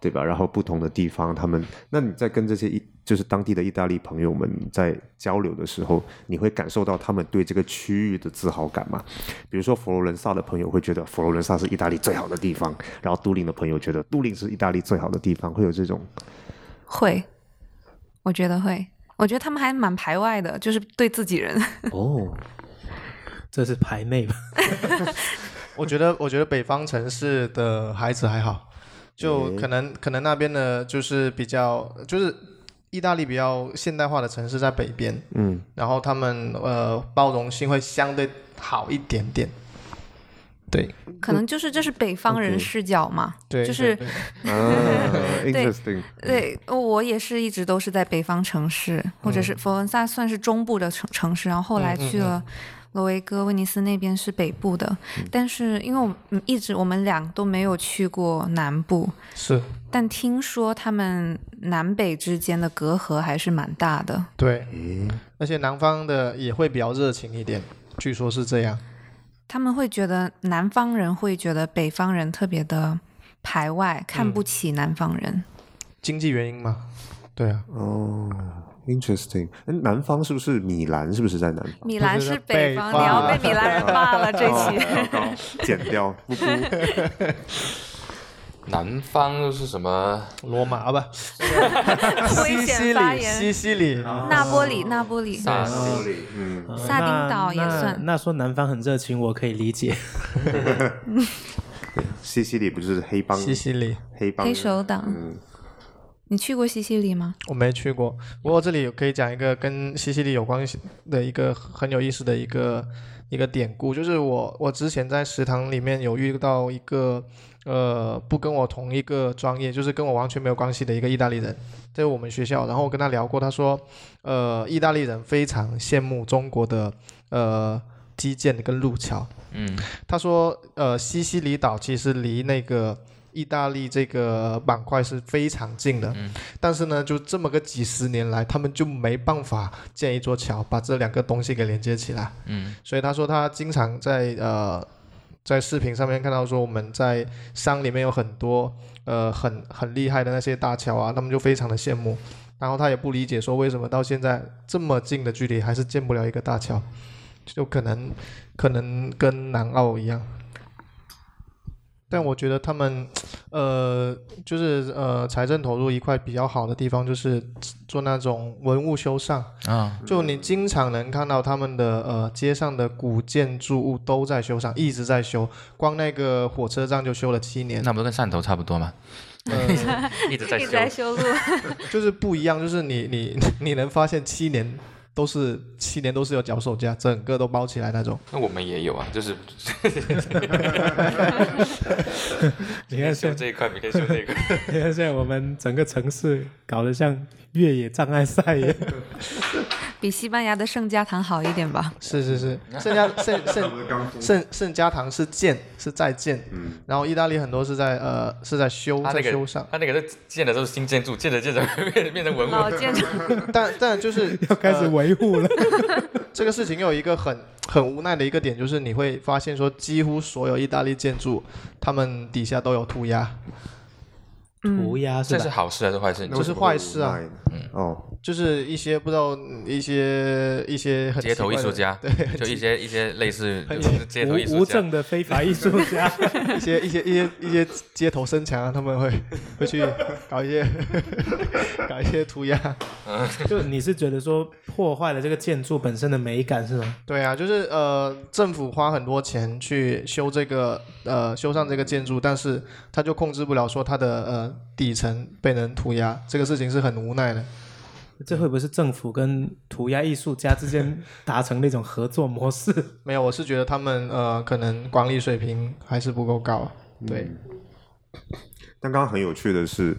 对吧？然后不同的地方，他们，那你在跟这些意就是当地的意大利朋友们在交流的时候，你会感受到他们对这个区域的自豪感吗？比如说佛罗伦萨的朋友会觉得佛罗伦萨是意大利最好的地方，然后都灵的朋友觉得都灵是意大利最好的地方，会有这种
会，我觉得会。我觉得他们还蛮排外的，就是对自己人。 [laughs]
哦，
这是排内吧？
我觉得，我觉得北方城市的孩子还好，就可能可能那边的就是比较就是。意大利比较现代化的城市在北边，
嗯，
然后他们呃包容性会相对好一点点。对
可能就是这是北方人
OK
视角嘛
对，
就是
对对
啊，interesting，
对呃我也是一直都是在北方城市，或者是佛罗伦萨算是中部的城城市，然后后来去了罗维哥、威尼斯那边是北部的，但是因为我们嗯一直我们俩都没有去过南部，
是，
但听说他们南北之间的隔阂还是蛮大的。
对，而且南方的也会比较热情一点，据说是这样。
他们会觉得南方人会觉得北方人特别的排外，看不起南方人。
经济原因嘛，对啊，
哦，interesting。那南方是不是米兰？是不是在南方？
米兰
不是
是
的北
北方，
方
你要被米兰人骂了这期。
哦，剪掉，不不，
南方又是什么？
罗马吧，
[laughs] 危
哦西西
险发
里，
言
西西里，
那波里，那波里，
萨西里
嗯，
萨丁岛也
呃那
算
那。那说南方很热情，我可以理解。 [laughs]
西西里不就是黑帮？
西西里，
黑帮
黑手党，
嗯，
你去过西西里吗？
我没去过。不过这里可以讲一个跟西西里有关系的一个很有意思的一个一个典故，就是我我之前在食堂里面有遇到一个呃不跟我同一个专业，就是跟我完全没有关系的一个意大利人，在我们学校，然后我跟他聊过，他说呃意大利人非常羡慕中国的呃基建跟路桥。
嗯，
他说，呃，西西里岛其实离那个意大利这个板块是非常近的，但是呢，就这么个几十年来，他们就没办法建一座桥把这两个东西给连接起来。
嗯，
所以他说他经常在呃。在视频上面看到说我们在山里面有很多呃很很厉害的那些大桥啊，他们就非常的羡慕，然后他也不理解说为什么到现在这么近的距离还是建不了一个大桥，就可能可能跟南澳一样，但我觉得他们，呃，就是呃，财政投入一块比较好的地方就是做那种文物修缮，
啊，
就你经常能看到他们的呃街上的古建筑物都在修缮，一直在修，光那个火车站就修了七年，
那不是跟汕头差不多吗？
呃，
[laughs] 一直
[laughs] 一直在修路，
[laughs] 就是不一样，就是你你 [laughs] 你能发现七年都是七年都是有脚手架，整个都包起来那种。
那我们也有啊，就是
[laughs] 你看
修
现
这一块，明天修那
[laughs]
个。
你看现在我们整个城市搞得像越野障碍
[laughs]
赛一样，
比西班牙的圣家堂好一点吧？
嗯
是是是，圣家圣圣圣圣家堂是建是在建，然后意大利很多是在呃是在修
他
在
那
修
个
缮，
他那个是建的都是新建筑，建着建着变变成文
[laughs]
物。
老建筑，
但但
[laughs]
就是
要开始
呃
维护了。
这个事情有一个很很无奈的一个点，就是你会发现说，几乎所有意大利建筑，他们底下都有涂鸦，
嗯
涂鸦是
嗯这是
吧？
好事还是坏事？
这是坏事啊！
哦，
就是一些不知道嗯一些一些很
街头
奇
艺
怪的
术家，就一些一些类似就是街头艺
无
术
无
家，
证的非法艺术家， [laughs]
一些一些一些一些街头生强啊，他们会会去搞一些 [laughs] 搞一些涂鸦。
就你是觉得说破坏了这个建筑本身的美感是吗？
对啊，就是呃，政府花很多钱去修这个呃修缮这个建筑，但是他就控制不了说它的呃底层被人涂鸦，这个事情是很无奈的。
这会不会是政府跟涂鸦艺术家之间达成那种合作模式？ [laughs]
没有，我是觉得他们呃，可能管理水平还是不够高。对，
但刚刚很有趣的是，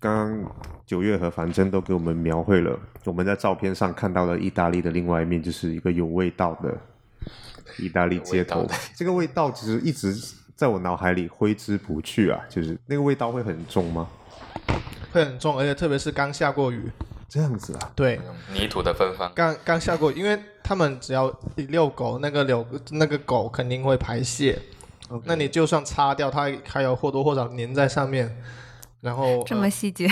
刚刚九月和樊真都给我们描绘了我们在照片上看到的意大利的另外一面，就是一个有味道的意大利街
有
头
味道。
[laughs] 这个味道其实一直在我脑海里挥之不去啊，就是那个味道会很重吗？
会很重，而且特别是刚下过雨，
这样子啊，
对，
泥土的芬芳。
刚刚下过雨，因为他们只要一遛狗，那个遛那个狗肯定会排泄，那你就算擦掉，它还有或多或少粘在上面，然后
[laughs]
呃
这么细节，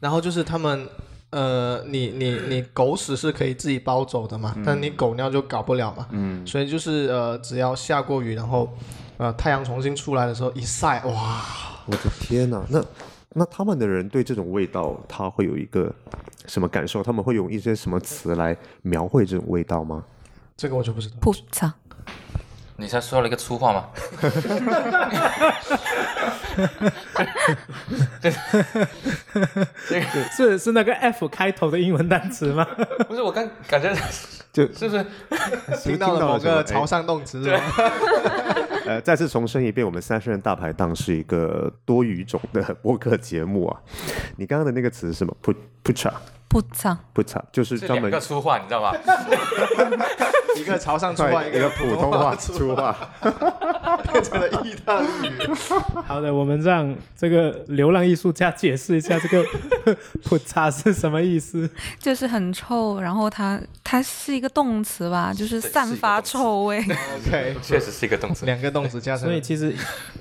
然后就是他们，呃，你你你狗屎是可以自己包走的嘛，但你狗尿就搞不了嘛。嗯，所以就是呃，只要下过雨，然后呃太阳重新出来的时候一晒，哇，
我的天哪、那那他们的人对这种味道，他会有一个什么感受？他们会用一些什么词来描绘这种味道吗？
这个我就不知道。
噗擦，
你才说了一个粗话吗？
是是那个 F 开头的英文单词吗？ [laughs]
不是，我刚感觉
就是
[laughs] 不是
听
听到了某
什么
个
哎
潮汕动词是吧？
呃，再次重申一遍，我们三十人大排档是一个多语种的 [laughs] 播客节目啊。你刚刚的那个词是什么？put pucha
噗擦，
pucha，就是
是
专
两
门
个粗话，你知
[laughs]
道吗？
[laughs] 一个潮汕出
对
来，
一个普
普
通话
话
粗话。
变成了意大 [laughs] 利语。
好的，我们让这个流浪艺术家解释一下这个 [laughs] 普查是什么意思。
就是很臭，然后它它是一个动词吧，就是散发臭味， [laughs]
OK，
确实是一个动
[laughs]
词。
两个动词加成
所以，其 [laughs] 实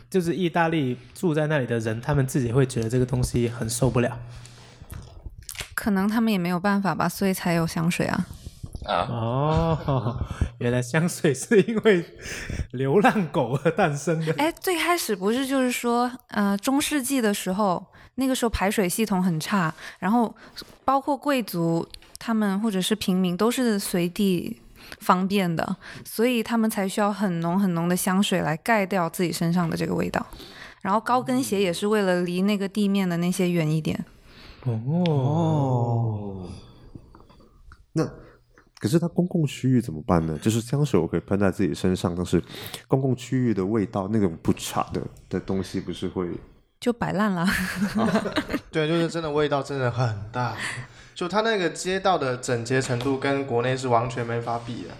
就是意大利住在那里的人，他们自己会觉得这个东西很受不了。
可能他们也没有办法吧，所以才有香水啊。
啊，
哦，原来香水是因为流浪狗而诞生的。
哎，最开始不是就是说，呃，中世纪的时候，那个时候排水系统很差，然后包括贵族他们或者是平民都是随地方便的，所以他们才需要很浓很浓的香水来盖掉自己身上的这个味道。然后高跟鞋也是为了离那个地面的那些远一点。
哦，
那可是它公共区域怎么办呢？就是香水我可以喷在自己身上，但是公共区域的味道，那种 pucha 的的东西不是会
就摆烂了，
对，就是真的味道真的很大，就它那个街道的整洁程度跟国内是完全没法比的。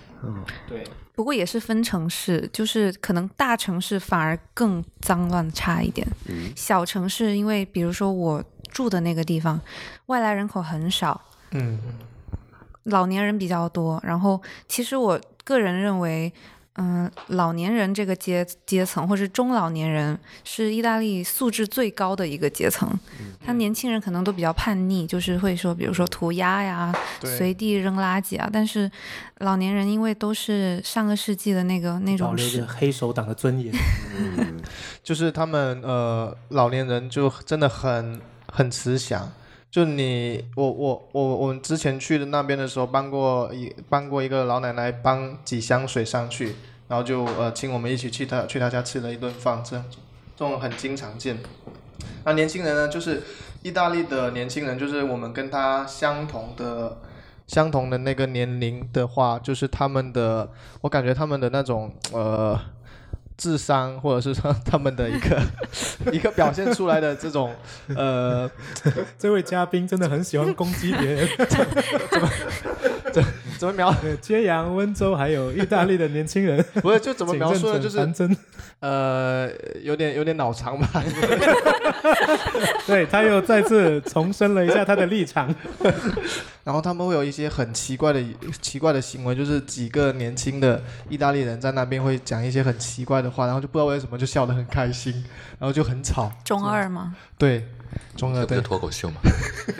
不过也是分城市，就是可能大城市反而更脏乱差一点。小城市，因为比如说我住的那个地方，外来人口很少，
嗯，
老年人比较多。然后，其实我个人认为，嗯、老年人这个阶阶层，或是中老年人，是意大利素质最高的一个阶层。他年轻人可能都比较叛逆，就是会说，比如说涂鸦呀，
对
随地扔垃圾啊。但是老年人因为都是上个世纪的那个那
保
种
留
时
着黑手党的尊严。
就是他们呃老年人就真的很很慈祥。就你我我我我们之前去的那边的时候，搬过一搬过一个老奶奶搬几箱水上去，然后就呃请我们一起去她去她家吃了一顿饭，这样子这种很经常见。那年轻人呢，就是意大利的年轻人，就是我们跟他相同的、相同的那个年龄的话，就是他们的，我感觉他们的那种呃智商，或者是说他们的一
[laughs]
个一个表现出来的这种呃
[laughs] 这位嘉宾真的很喜欢攻击别 [laughs] 人，
怎么描
对揭阳、温州还有意大利的年轻人
不是就怎么描述呢？
景
就
[laughs] 正
是
淳樊真
呃有点有点脑残吧， [laughs]
对他又再次重申了一下他的立场。
然后他们会有一些很奇怪的奇怪的行为，就是几个年轻的意大利人在那边会讲一些很奇怪的话，然后就不知道为什么就笑得很开心，然后就很吵。
中二吗？
对，中二
这不是
对
脱口秀嘛？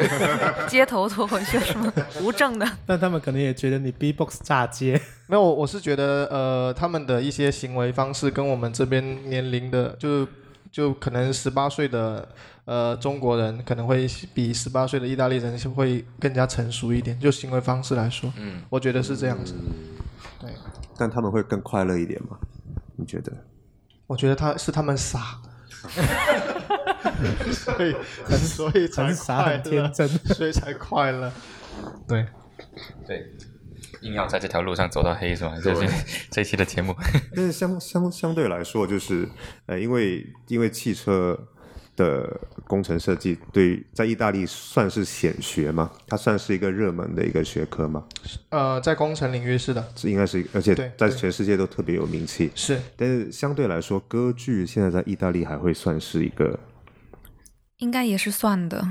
[laughs] 街头脱口秀是吗？无证的，
但他们可能也觉得你 B-box 炸街，
没有，我我是觉得呃，他们的一些行为方式跟我们这边年龄的，就就可能十八岁的呃中国人可能会比十八岁的意大利人是会更加成熟一点，就行为方式来说，
嗯，
我觉得是这样子。
但他们会更快乐一点吗？你觉得？
我觉得他是他们傻，所以所以才
很傻
快
很
乐
天，真。
所以才快乐。对，
对，硬要在这条路上走到黑是吧？这是这一期的节 [laughs] 目。
但是相相相对来说，就是呃，因为因为汽车的工程设计对于在意大利算是显学嘛，它算是一个热门的一个学科嘛，
呃，在工程领域是的，
这应该是而且
对
在
对
全世界都特别有名气。
是
但是相对来说，歌剧现在在意大利还会算是一个，
应该也是算 [laughs] 的。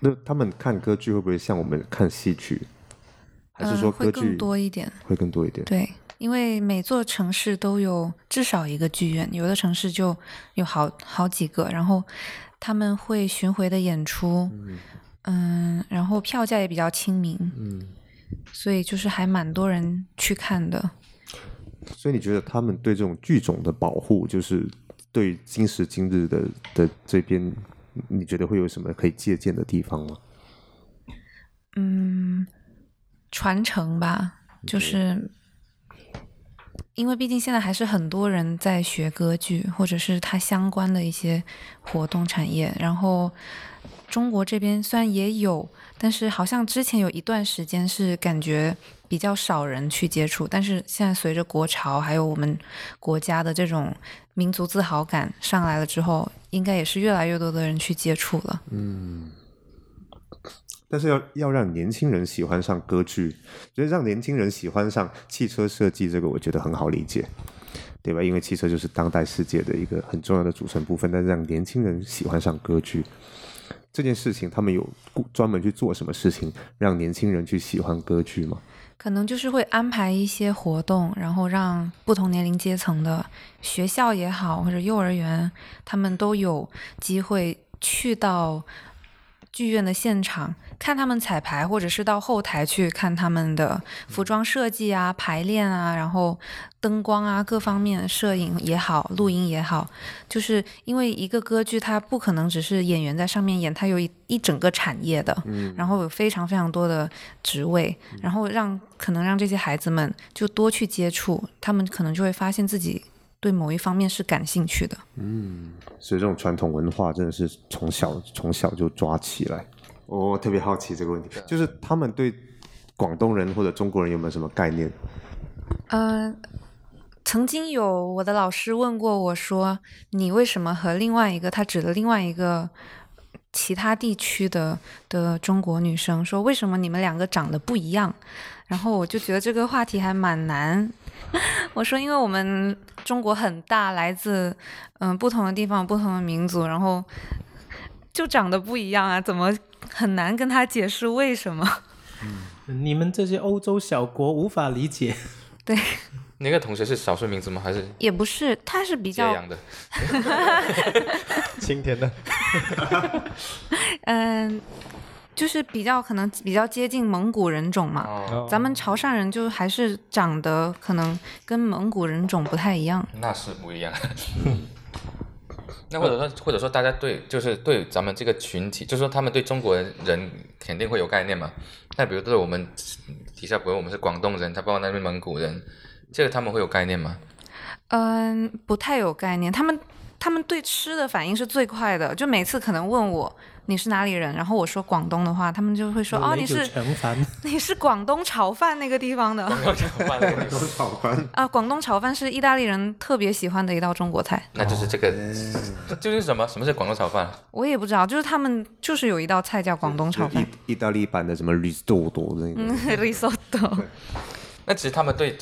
那他们看歌剧会不会像我们看戏剧，还是说
嗯、会
歌剧
更多一点？
会更多一点？
对，因为每座城市都有至少一个剧院，有的城市就有好好几个，然后他们会巡回的演出，嗯然后票价也比较亲民，嗯，所以就是还蛮多人去看的。
所以你觉得他们对这种剧种的保护，就是对于今时今日的的这边，你觉得会有什么可以借鉴的地方吗？
嗯，传承吧，就是因为毕竟现在还是很多人在学歌剧，或者是它相关的一些活动产业。然后中国这边虽然也有，但是好像之前有一段时间是感觉比较少人去接触，但是现在随着国潮还有我们国家的这种民族自豪感上来了之后，应该也是越来越多的人去接触了。
但是要要让年轻人喜欢上歌剧，就是让年轻人喜欢上汽车设计，这个我觉得很好理解，对吧？因为汽车就是当代世界的一个很重要的组成部分，但是让年轻人喜欢上歌剧这件事情，他们有故专门去做什么事情让年轻人去喜欢歌剧吗？
可能就是会安排一些活动，然后让不同年龄阶层的学校也好，或者幼儿园，他们都有机会去到剧院的现场看他们彩排，或者是到后台去看他们的服装设计啊、排练啊，然后灯光啊各方面，摄影也好，录音也好，就是因为一个歌剧它不可能只是演员在上面演，它有一一整个产业的，然后有非常非常多的职位，然后让可能让这些孩子们就多去接触，他们可能就会发现自己对某一方面是感兴趣的。
所以这种传统文化真的是从小从小就抓起来。我哦特别好奇这个问题，就是他们对广东人或者中国人有没有什么概 [laughs] 念？
呃，曾经有我的老师问过我说，你为什么和另外一个，他指的另外一个其他地区的的中国女生说，为什么你们两个长得不一样？然后我就觉得这个话题还蛮难。 [laughs] 我说，因为我们中国很大，来自嗯、不同的地方、不同的民族，然后就长得不一样啊，怎么很难跟他解释为什么？ [laughs]
你们这些欧洲小国无法理解，
那个同学是少数民族吗？还是
也不是，他是比
揭
较
阳的？
晴天的，
嗯，就是比较可能比较接近蒙古人种嘛。
哦，
咱们潮汕人就还是长得可能跟蒙古人种不太一样，
那是不一样。 [laughs] 那或者说，或者说大家对就是对咱们这个群体，就是说他们对中国人肯定会有概念嘛。那比如对我们底下，比如我们是广东人，他包括那边蒙古人，这个他们会有概念 [laughs] 吗？
嗯，不太有概念。他们他们对吃的反应是最快的，就每次可能问我你是哪里人，然后我说广东的话，他们就会说哦你是
陈凡，
你是广东潮汕那个地方的
炒饭，
啊。广东潮饭是意大利人特别喜欢的一道中国菜，
那就是这个究竟是什么？什么是广东炒饭？
我也不知道，就是他们就是有一道菜叫广东炒饭嗯
意意大利版的什么 risotto 那个，
，risotto。
那其实他们对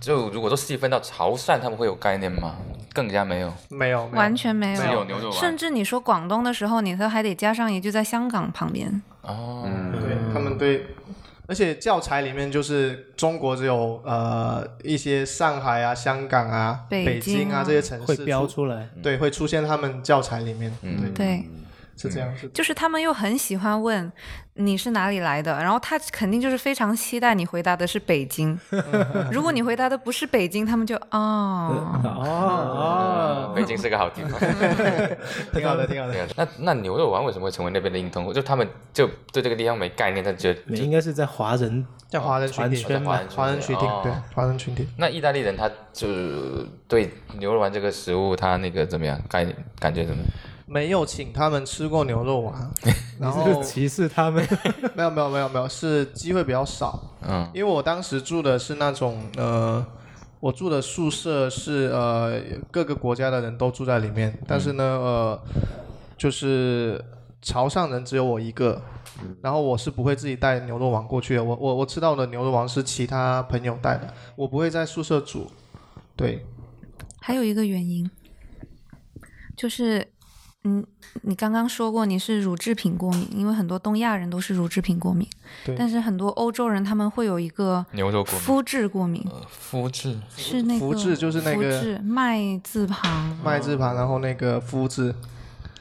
就如果说细分到潮汕，他们会有概念吗？更加没有，
没有，没有
完全没
只有牛肉丸。
甚至你说广东的时候，你都还得加上一句在香港旁边。
哦，
对他们对，而且教材里面就是中国只有呃一些上海啊、香港啊、
北
北
京
啊
啊
这些城市
会标
出，
出来。
对，会出现他们教材里面，
嗯
对，
对，
是这样子。
就是他们又很喜欢问你是哪里来的，然后他肯定就是非常期待你回答的是北
[laughs]
京。如果你回答的不是北京，他们就
嗯
嗯
哦，
[laughs] 哦哦，
北京是个好
[laughs]
地方。
挺好的，挺好的。
对啊那那牛肉丸为什么会成为那边的硬通货？就他们就对这个地方没概念，他觉得
你应该是在华人
叫华人群体，
传圈
吧
华人群体，
哦
对，华人群体。
那意大利人他就对牛肉丸这个食物，他那个怎么样？概念感觉怎么样？
没有请他们吃过牛肉丸，然后
[laughs] 歧视他们。
没有没有没有没有，是机会比较少，
嗯，
因为我当时住的是那种呃，我住的宿舍是呃各个国家的人都住在里面，但是呢呃，就是潮汕人只有我一个，然后我是不会自己带牛肉丸过去的，我我我吃到的牛肉丸是其他朋友带的，我不会在宿舍煮，对，
还有一个原因就是，嗯，你刚刚说过你是乳制品过敏，因为很多东亚人都是乳制品过敏
对，
但是很多欧洲人他们会有一个
牛肉过敏，呃
肤质过敏，
肤质
是那个
肤质就是那个
肤质麦字旁，
麦字旁，然后那个麸字，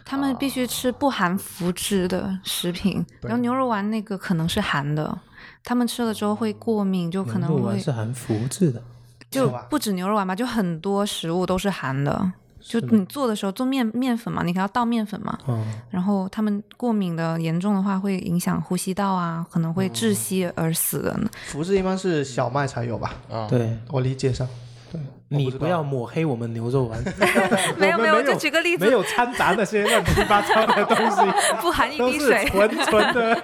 他们必
啊
须吃不含麸质的食品，
对
然后牛肉丸那个可能是含的，他们吃了之后会过敏，就
[laughs]
可
鹿
能
哦丸
会
是含福字的，
就是
吧
不止牛肉丸吧，就很多食物都是含的。就你做的时候做面面粉嘛，你可能要倒面粉嘛，
哦，
然后他们过敏的严重的话会影响呼吸道啊，可能会
哦
窒息而死 [laughs] 的。
麸字一般是小麦才有吧，
对，
我理解上。 [laughs]
你不要抹黑我们牛肉丸，
[laughs] 没有
我们
没有，
没
我
有
就举个例
没
子，
有掺杂那些乱七八糟的东
[laughs]
西，
不含一
都
滴
是
水。
纯纯的。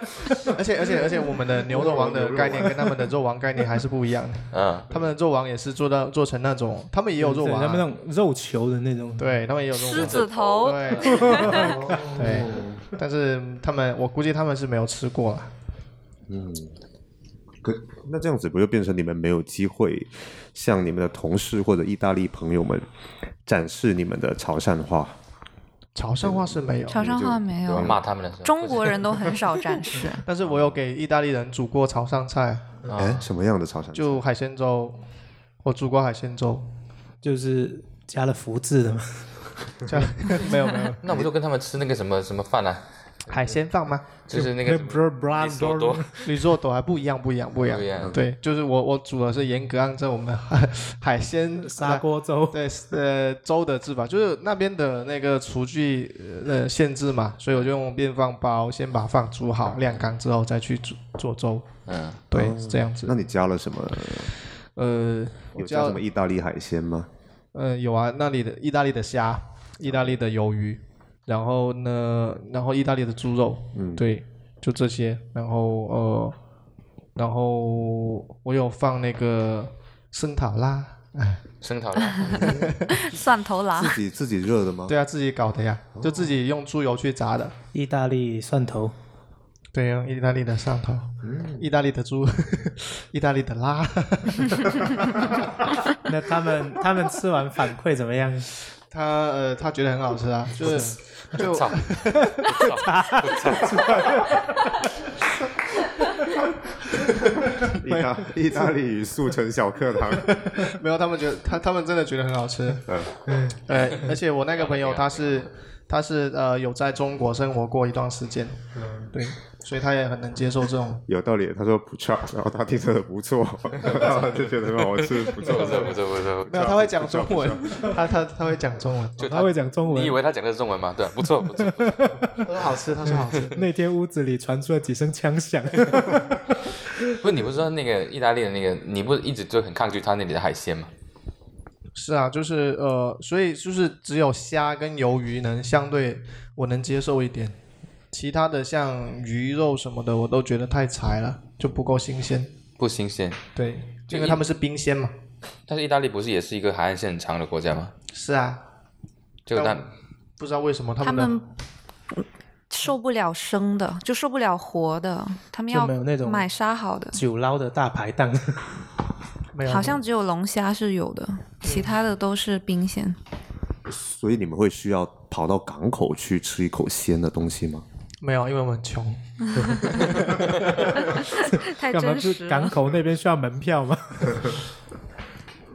而且而且而且，我们的牛肉王的概念跟他们的肉王概念还是不一样的。
嗯，
他们的肉王也是做到做成那种，他们也有肉
对
王、
他们那
啊，
种肉球的那种，
对他们也有肉
狮
王，啊
子头， [laughs]
对对，但是他们我估计他们是没有吃过了。
可那这样子不就变成你们没有机会向你们的同事或者意大利朋友们展示你们的潮汕话？
潮汕话是没有，
潮汕话没
我
有，
骂他们的时候，
中国人都很少展示。
但是我有给意大利人煮过潮汕菜，
哎、什么样的潮汕？
就海鲜粥，我煮过海鲜粥，
就是加了福字的嘛。
这
[laughs]
样没有没有
那不就跟他们吃那个什么什么饭啊？
[laughs] 海鲜饭吗？
就是那
[laughs]
个
bra bra
手多，
你做多还不一样，不一样，不一样
不一样。
对，就是我我煮的是严格按照我们 [laughs] 海鲜
砂锅粥，
对，呃，粥的制法就是那边的那个厨具呃限制嘛，所以我就用电饭煲先把饭煮好晾干之后再去煮做粥。
嗯，
对，
哦
是这样子
那。你加了什么？
呃，我
有加
叫
什么意大利海鲜吗？
呃有啊，那里的意大利的虾，意大利的鱿鱼，然后呢，然后意大利的猪肉，嗯，对，就这些。然后呃，然后我有放那个生塔拉，
生啊炒辣，
[laughs] 蒜 [laughs] 头狼
自己自己热的吗？
对啊，自己搞的呀，就自己用猪油去炸的。
意大利蒜头，
对呀、意大利的上头，意大利的猪， [laughs] 意大利的拉，
那他们他们吃完反馈怎么样？
他呃他觉得很好吃啊，就是 [laughs]
[laughs]
就
操，
意大意大利语速成小课堂。
没有他们觉得他他们真的觉得很好吃，
嗯
对，而且我那个朋友他是他是呃有在中国生活过一段时间，嗯，对，所以他也很能接受这种
有道理。他说不错，然后他听着不错，然后就觉得我是不
不
错
错不
的。
错不错，
没有，他会讲中文，他他他会讲中文。
就
他会讲中文
你以。为他讲的是中文吗？对啊，不错 [laughs] 不错，
他说呃好吃，他说好吃。
[laughs] 那天屋子里传出了几声枪响，
不是你不是说那个意大利的那个，你不是一直就很抗拒他那里的海鲜吗？
是啊，就是呃，所以就是只有虾跟鱿鱼能相对我能接受一点，其他的像鱼肉什么的，我都觉得太柴了，就不够新鲜。
不新鲜，
对，因为他们是冰鲜嘛。
但是意大利不是也是一个海岸线很长的国家吗？
是啊，
就
但
但
不知道为什么他
他
们的
们受不了生的，就受不了活的，他们
就
要
没有那种
买杀好的。
[laughs] 酒捞的大排
[laughs]
档，
没有
好像只有龙虾是有的，其他的都是冰鲜。
所以你们会需要跑到港口去吃一口鲜的东西吗？
没有，因为我们很穷。
太
干嘛
真
就
实
港
了。
口那边需要门票吗？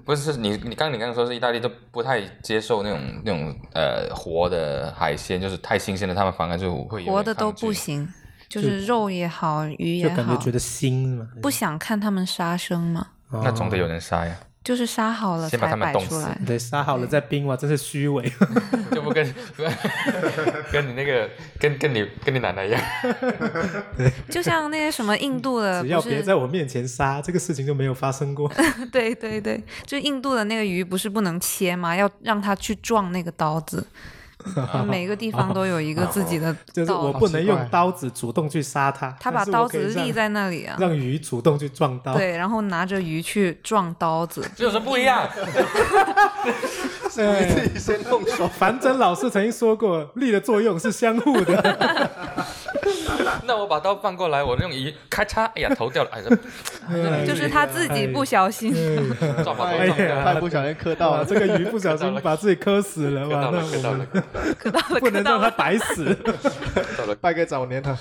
不是你你刚你刚刚说是意大利都不太接受那种那种呃活的海鲜，就是太新鲜的，他们反而就会有点
活的都
抗拒
不。行，就是肉也好，鱼也
就感觉
好，
觉得腥嘛。
不想看他们杀生嘛，
那总得有人杀呀，
就是杀好了
先把
才
它们
摆
冻
出
死
来。
对，杀好了再冰哇，真是虚伪。
[laughs] 就不跟跟你那个跟跟你跟你奶 [laughs] 奶一样，
就像那些什么印度
[laughs]
的，
只要
呃不
别
是
在我面前杀，这个事情就没有发生过。
[laughs] 对对对，就印度的那个鱼不是不能切吗？要让它去撞那个刀子。每个地方都有一个自己的
就是
道
我
理
不能
好奇
用
怪
刀子主动去杀它，
他把
但是
刀
我可以
子立
让
在那里啊，
让鱼主动去撞刀。
对，然后拿着鱼去撞刀子，
这有什么不一样？
[laughs] 对，
己先动手。
樊真老师曾经说过，力的作用是相互
[laughs]
的。
那我把刀放过来，我用一咔嚓，哎呀，头掉了，哎呀，
就是他自
哎
己不小心。
撞把
[laughs] 哎
头撞掉
呀，
了，
太不小心磕到 [laughs]
哇，
了。
这个鱼不小
[laughs]
心把自己磕死了，
磕
哇，
到
那
了，磕
我
到了
们，
磕到了，
不
磕
能
到
让它
了。
白
[laughs]
死。
拜个早 [laughs] 年啊！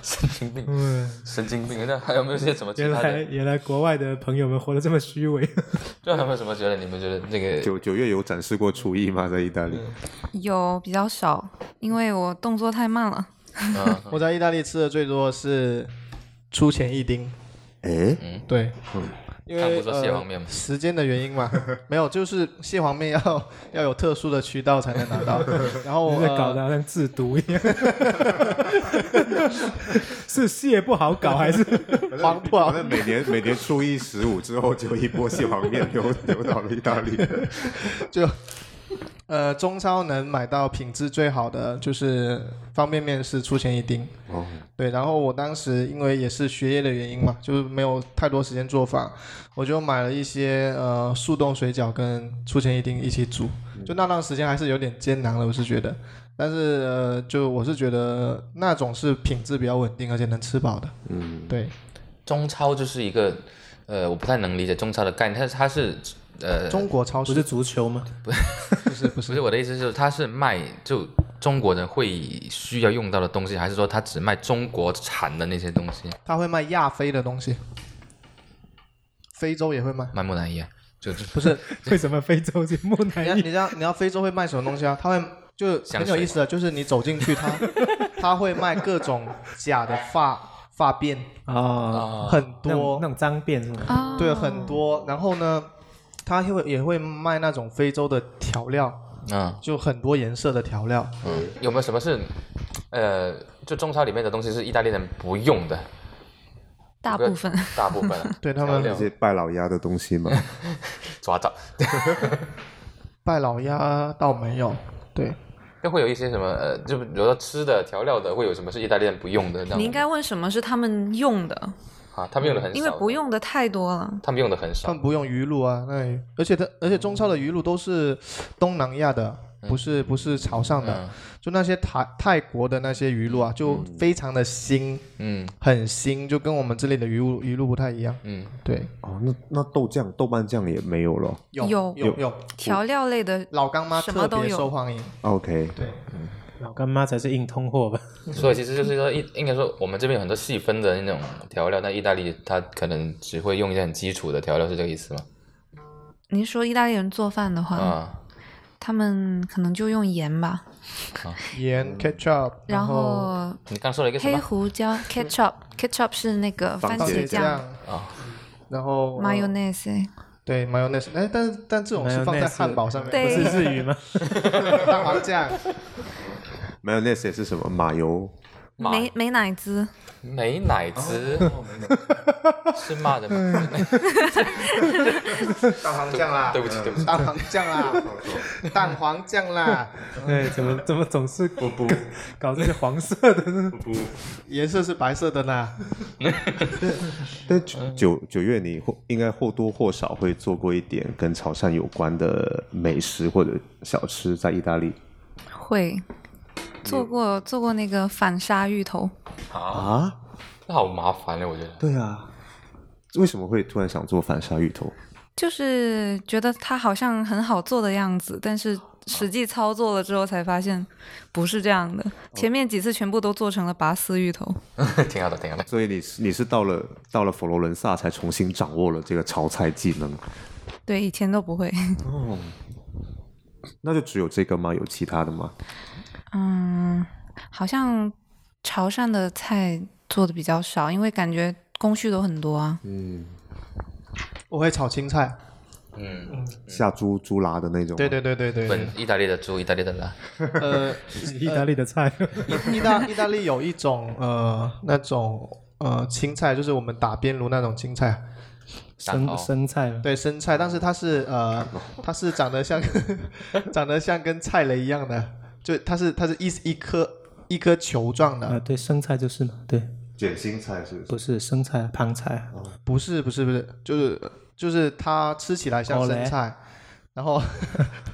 神经病，
嗯，
神经病。那还有没有一些什么其
原
他
来
的？
原来国外的朋友们活得这么虚伪。
就还有没有什么觉得你们觉得这个
九九月有展示过厨艺吗？在意大利？
嗯
有比较少，因为我动作太慢了。
我在意大利吃的最多的是出前一丁，
哎，
对，因
他
为
不是说蟹黄面吗
呃、时间的原因
[laughs]
嘛，没有，就是蟹黄面要 [laughs] 要有特殊的渠道才能拿
[laughs]
到，然后
[laughs]
在搞得
呃
好像制毒一样，是蟹不好搞还是？
嗯
黄不好
反，正每年每年初一十五之后就一波蟹黄面流流到了意大利。
就呃中超能买到品质最好的就是方便面是出前一丁，
哦，
对，然后我当时因为也是学业的原因嘛，就是没有太多时间做饭，我就买了一些呃速冻水饺跟出前一丁一起煮，就那段时间还是有点艰难了，我是觉得，但是呃就我是觉得那种是品质比较稳定，而且能吃饱的，
嗯，
对，
中超就是一个呃，我不太能理解中超的概念，它它是呃，
中国超
不
市
是足球吗？
不是不
不
是
是我的意思是，它是卖就中国人会需要用到的东西，还是说它只卖中国产的那些东西？
他会卖亚非的东西，非洲也会卖，
卖木乃伊啊，就就
不是
为什么非洲是木乃
哎
你要
伊
你？知道你知道非洲会卖什么东西啊？他会就
香
很有
水
啊
意思的，啊就是你走进去他，他会卖各种假的发发辫，
哦，
很
那种
多
那，种脏辫是吗？
啊
对，很多。然后呢，他会也会卖那种非洲的调料，
嗯
就很多颜色的调料。
嗯，有没有什么是呃，就中超里面的东西是意大利人不用的？
大部分
大部分啊
对他
调
们
料
那些拜老鸭的东西嘛，
抓到，
拜老鸭倒没有，对，
那会有一些什么呃，就比如说吃的调料的，会有什么是意大利人不用的？这样
你应该问什么是他们用的，
啊，他们用的很少，
因为不，用的太多了。
他们用的很
他
少
们。不用鱼露啊，那里而且他而且中超的鱼露都是东南亚的，不是不是潮汕的，就那些泰泰国的那些鱼露啊，就非常的腥。
嗯
很腥，就跟我们这里的鱼露鱼露不太一样。
嗯，
对，
哦，那那豆酱、豆瓣酱也没有了。
有
有
有
有，
调料类的
老干妈
什么
特
都
别
有
受欢迎。
OK，
对，
老干妈才是硬通货吧？
嗯
所以其实就是说，应应该说，我们这边有很多细分的那种调料，但意大利它可能只会用一些很基础的调料，是这个意思吗？
您说意大利人做饭的话，
啊，
他们可能就用盐吧，
盐 ketchup，
然
后
后
你刚说了一个什
黑
么？
胡椒 ketchup ketchup 是那个
番
番
茄
茄酱
酱
哦，
然后呃
mayonnaise，
对 mayonnaise，哎，但是但这种是放在
Mayonnaise
汉堡上面，
对
不是日语吗？
[laughs] 蛋黄酱，
没有那些是什么马油？
妈
美美乃滋，
美乃
哦
滋、是骂的吗？
蛋黄酱嗯啦，嗯
对不起，对不起，
蛋黄酱啦，蛋黄酱啦，
对，怎么怎么总是
不不
搞这些黄色的？
不，
颜色是白色的呢。
但
嗯
九九九月你或应该或多或少会做过一点跟潮汕有关的美食或者小吃，在意大利
会做过做过那个反沙芋头，
啊，
啊？
那好麻烦嘞，我觉得。 [laughs]
对啊，为什么会突然想做反沙芋头？
就是觉得它好像很好做的样子，但是实际操作了之后才发现不是这样的。前面几次全部都做成了拔丝芋头，
挺好的，挺好的。
所以你是你是到了到了佛罗伦萨才重新掌握了这个潮菜技能，
对，以前都不会。 [laughs]
那就只有这个吗？有其他的吗？
嗯，好像潮汕的菜做的比较少，因为感觉工序都很多啊。
嗯，
我会炒青菜，
嗯，
下猪猪辣的那种。
对，对对对对，对
本意大利的猪，意大利的辣，
呃，
意大利的菜，
意意大意大利有一种呃那种呃青菜，就是我们打边炉那种青菜，
生
哦
生菜吗？
对生菜，但是它是呃它是长得像 [laughs] 长得像跟菜雷一样的，就它是它是一一颗一颗球状
啊，
的，
对，生菜就是嘛，对，
卷心菜是
不是生菜，胖菜，
不是不是不是，就是就是它吃起来像
哦嘞
生菜，然后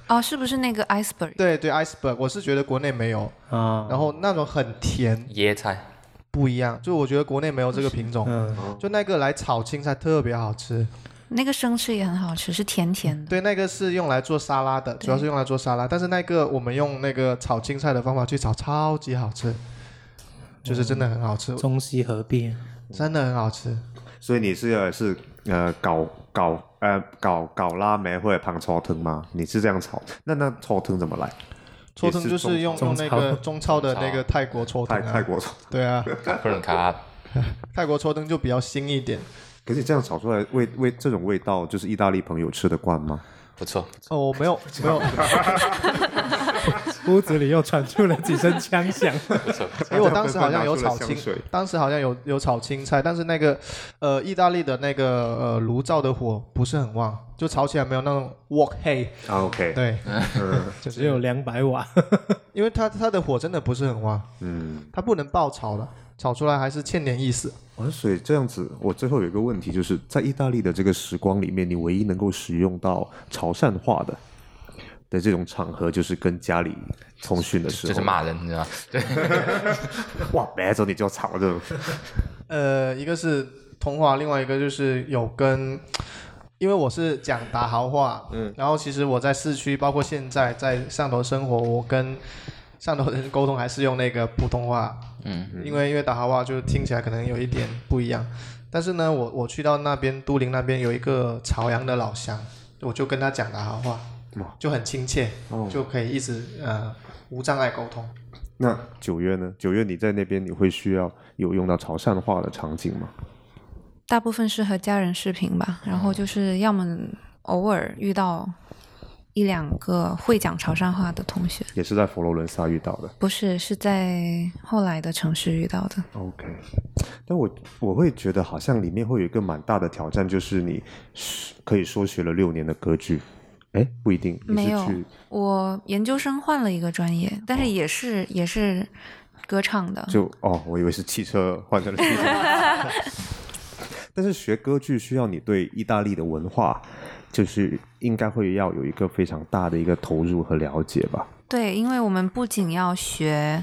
哦，是不是那个 iceberg？
对对 iceberg，我是觉得国内没有，
啊，
然后那种很甜
椰菜，
不一样，就我觉得国内没有这个品种，
嗯，
就那个来炒青菜特别好吃。
那个生吃也很好吃，是甜甜的。
对，那个是用来做沙拉的，主要是用来做沙拉。但是那个我们用那个炒青菜的方法去炒，超级好吃，就是真的很好吃，
中西合璧，
真的很好吃。
所以你是呃是呃搞搞呃搞搞拉梅或者胖超汤吗？你是这样炒？那那超汤怎么来？
搓汤就是用用那个中超的那个泰国搓汤
泰 [laughs] 泰
啊，
国，
对啊，
不能卡。
泰国搓汤就比较新一点。
可是这样炒出来味味这种味道，就是意大利朋友吃得惯吗？
不错，
哦，我没
[laughs]
有没有，
屋子里又传出了几声枪响，
不错，
因为
[laughs]
我当时好像有炒
拿出了香水
青，当时好像有有炒青菜，但是那个呃意大利的那个呃炉灶的火不是很旺，就炒起来没有那种 wok hay，
啊，OK，
对，
只有两百瓦， [laughs]
因为它它的火真的不是很旺。
嗯，
它不能爆炒了，炒出来还是欠点意思。
啊，所以这样子，我最后有一个问题，就是在意大利的这个时光里面，你唯一能够使用到潮汕话的的这种场合，就是跟家里通讯的时候，
就是骂人，你知道吗？对，
哇，别走，你就要吵这种，
呃，一个是通话，另外一个就是有跟，因为我是讲打豪话，嗯，然后其实我在市区，包括现在在上头生活，我跟上头人沟通还是用那个普通话，
嗯，
因为因为打豪话就听起来可能有一点不一样。但是呢，我我去到那边都灵那边有一个朝阳的老乡，我就跟他讲打豪话
哇，
就很亲切，
哦
就可以一直呃无障碍沟通。
那九月呢？九月你在那边你会需要有用到潮汕话的场景吗？
大部分是和家人视频吧，然后就是要么偶尔遇到一两个会讲潮汕话的同学，
也是在佛罗伦萨遇到的。
不是是在后来的城市遇到的。
OK，但我我会觉得好像里面会有一个蛮大的挑战，就是你是可以说学了六年的歌剧，哎，不一定，你
没
是
有
去，
我研究生换了一个专业，但是也是、也是歌唱的，
就哦，我以为是汽车换成了
[laughs]
汽车。但是学歌剧需要你对意大利的文化，就是应该会要有一个非常大的一个投入和了解吧。
对，因为我们不仅要学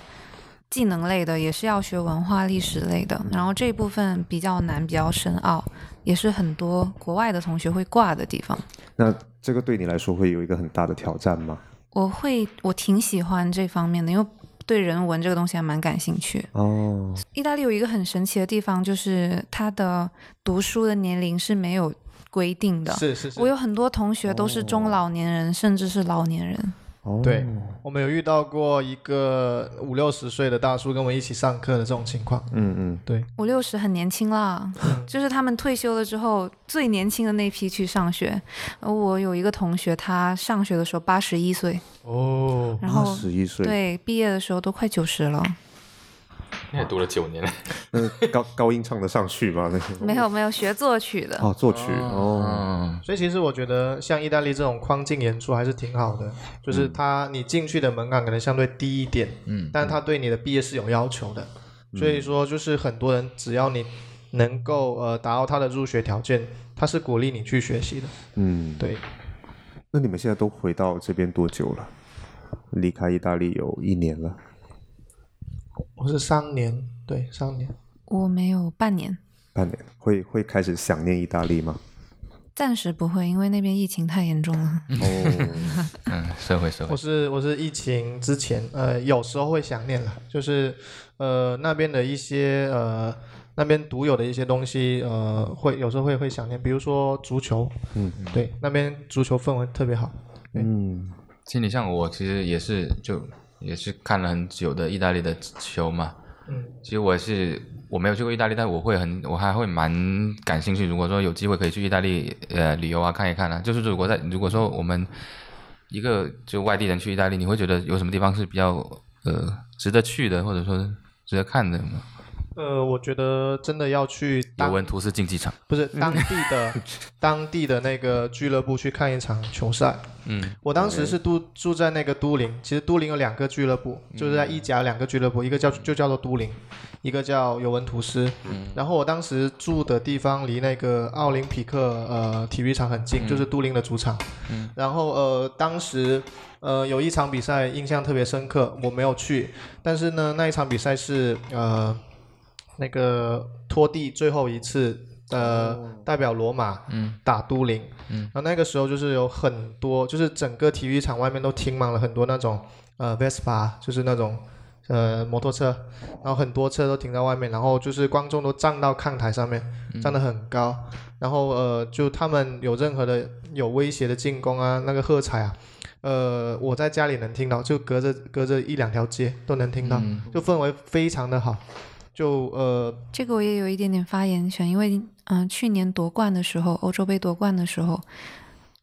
技能类的，也是要学文化历史类的。然后这一部分比较难，比较深奥，也是很多国外的同学会挂的地方。
那这个对你来说会有一个很大的挑战吗？
我会，我挺喜欢这方面的，因为对人文这个东西还蛮感兴趣。
哦，
意大利有一个很神奇的地方，就是它的读书的年龄是没有规定的。
是是是，
我有很多同学都是中老年人，甚至是老年人。
哦，
对，我们有遇到过一个五六十岁的大叔跟我们一起上课的这种情况。
嗯嗯，
对，
五六十很年轻
[laughs]
啦，就是他们退休了之后最年轻的那批去上学。而我有一个同学，他上学的时候八十一岁，
哦，
然
二
后
十一岁，哦
对毕业的时候都快九十了。
那也读了九年了。
那高高音唱得上去吗？那个
没有没有学作曲的，
哦，作曲哦，
嗯，
所以其实我觉得像意大利这种框境演出还是挺好的，就是它你进去的门槛可能相对低一点，嗯，但它对你的毕业是有要求的，所以说就是很多人只要你能够呃达到他的入学条件，他是鼓励你去学习的，
嗯，
对，
那你们现在都回到这边多久了？离开意大利有一年了，
我是三年，对，三年，
我没有半年，
半年，会会开始想念意大利吗？
暂时不会，因为那边疫情太严重了。
哦，
嗯，社会社会
我，是我是疫情之前，呃，有时候会想念了，就是呃那边的一些呃那边独有的一些东西，呃，会有时候会会想念，比如说足球，嗯，对，那边足球氛围特别好，
嗯，
其实你像我，其实也是就也是看了很久的意大利的球嘛。
嗯，
其实我是我没有去过意大利，但我会很我还会蛮感兴趣。如果说有机会可以去意大利呃旅游啊看一看啊，就是如果在如果说我们一个就外地人去意大利，你会觉得有什么地方是比较呃值得去的，或者说值得看的吗？
呃，我觉得真的要去
尤
当
文图斯竞技场，
不是当地的 [laughs] 当地的那个俱乐部去看一场球赛。
嗯，
我当时是都住在那个都灵，其实都灵有两个俱乐部，就是在意甲有两个俱乐部，一个叫就叫做都灵，一个叫尤文图斯。然后我当时住的地方离那个奥林匹克呃体育场很近，就是都灵的主场。然后呃，当时呃有一场比赛印象特别深刻，我没有去，但是呢那一场比赛是呃那个托蒂最后一次呃、代表罗马打都灵，嗯，然后那个时候就是有很多，就是整个体育场外面都停满了很多那种呃 Vespa，就是那种呃摩托车，然后很多车都停在外面，然后就是观众都站到看台上面，站得很高，然后呃就他们有任何的有威胁的进攻啊，那个喝彩啊。呃，我在家里能听到，就隔着隔着一两条街都能听到，就氛围非常的好，就呃
这个我也有一点点发言权，因为嗯、呃去年夺冠的时候，欧洲杯夺冠的时候，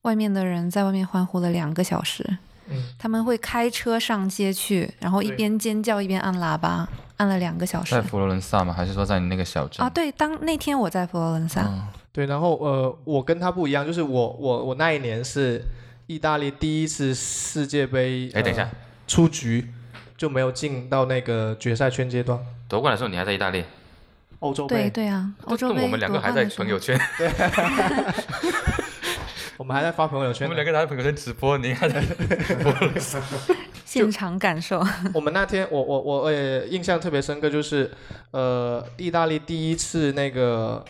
外面的人在外面欢呼了两个小时，
嗯
他们会开车上街去，然后一
对
边尖叫一边按喇叭，按了两个小时
在佛罗伦萨吗？还是说在你那个小镇
啊！？对，当那天我在佛罗伦萨，
嗯
对，然后呃，我跟他不一样，就是我我我那一年是意大利第一次世界杯，
哎，等一下
呃，出局就没有进到那个决赛圈阶段，
夺冠的时候你还在意大利，
欧洲
对
杯，
对啊，欧洲
那
杯
我们两个还在朋友
圈， [laughs]
圈，
我们还在发朋友
我
圈
们
呢，
两个还在朋友圈直播，你还在
现场感受，
嗯
我们那天我我我呃印象特别深刻，就是呃意大利第一次那个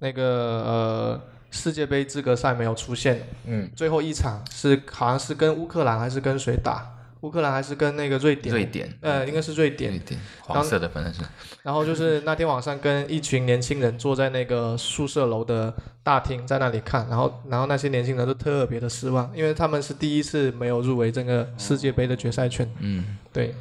那个呃世界杯资格赛没有出现，
嗯，
最后一场是好像是跟乌克兰还是跟谁打？乌克兰还是跟那个瑞典？
瑞典
呃，应该是瑞典
对。 [laughs] 对，黄色的反正是，
然后就是那天晚上跟一群年轻人坐在那个宿舍楼的大厅，在那里看，然后然后那些年轻人都特别的失望，因为他们是第一次没有入围这个世界杯的决赛圈。
嗯，
对，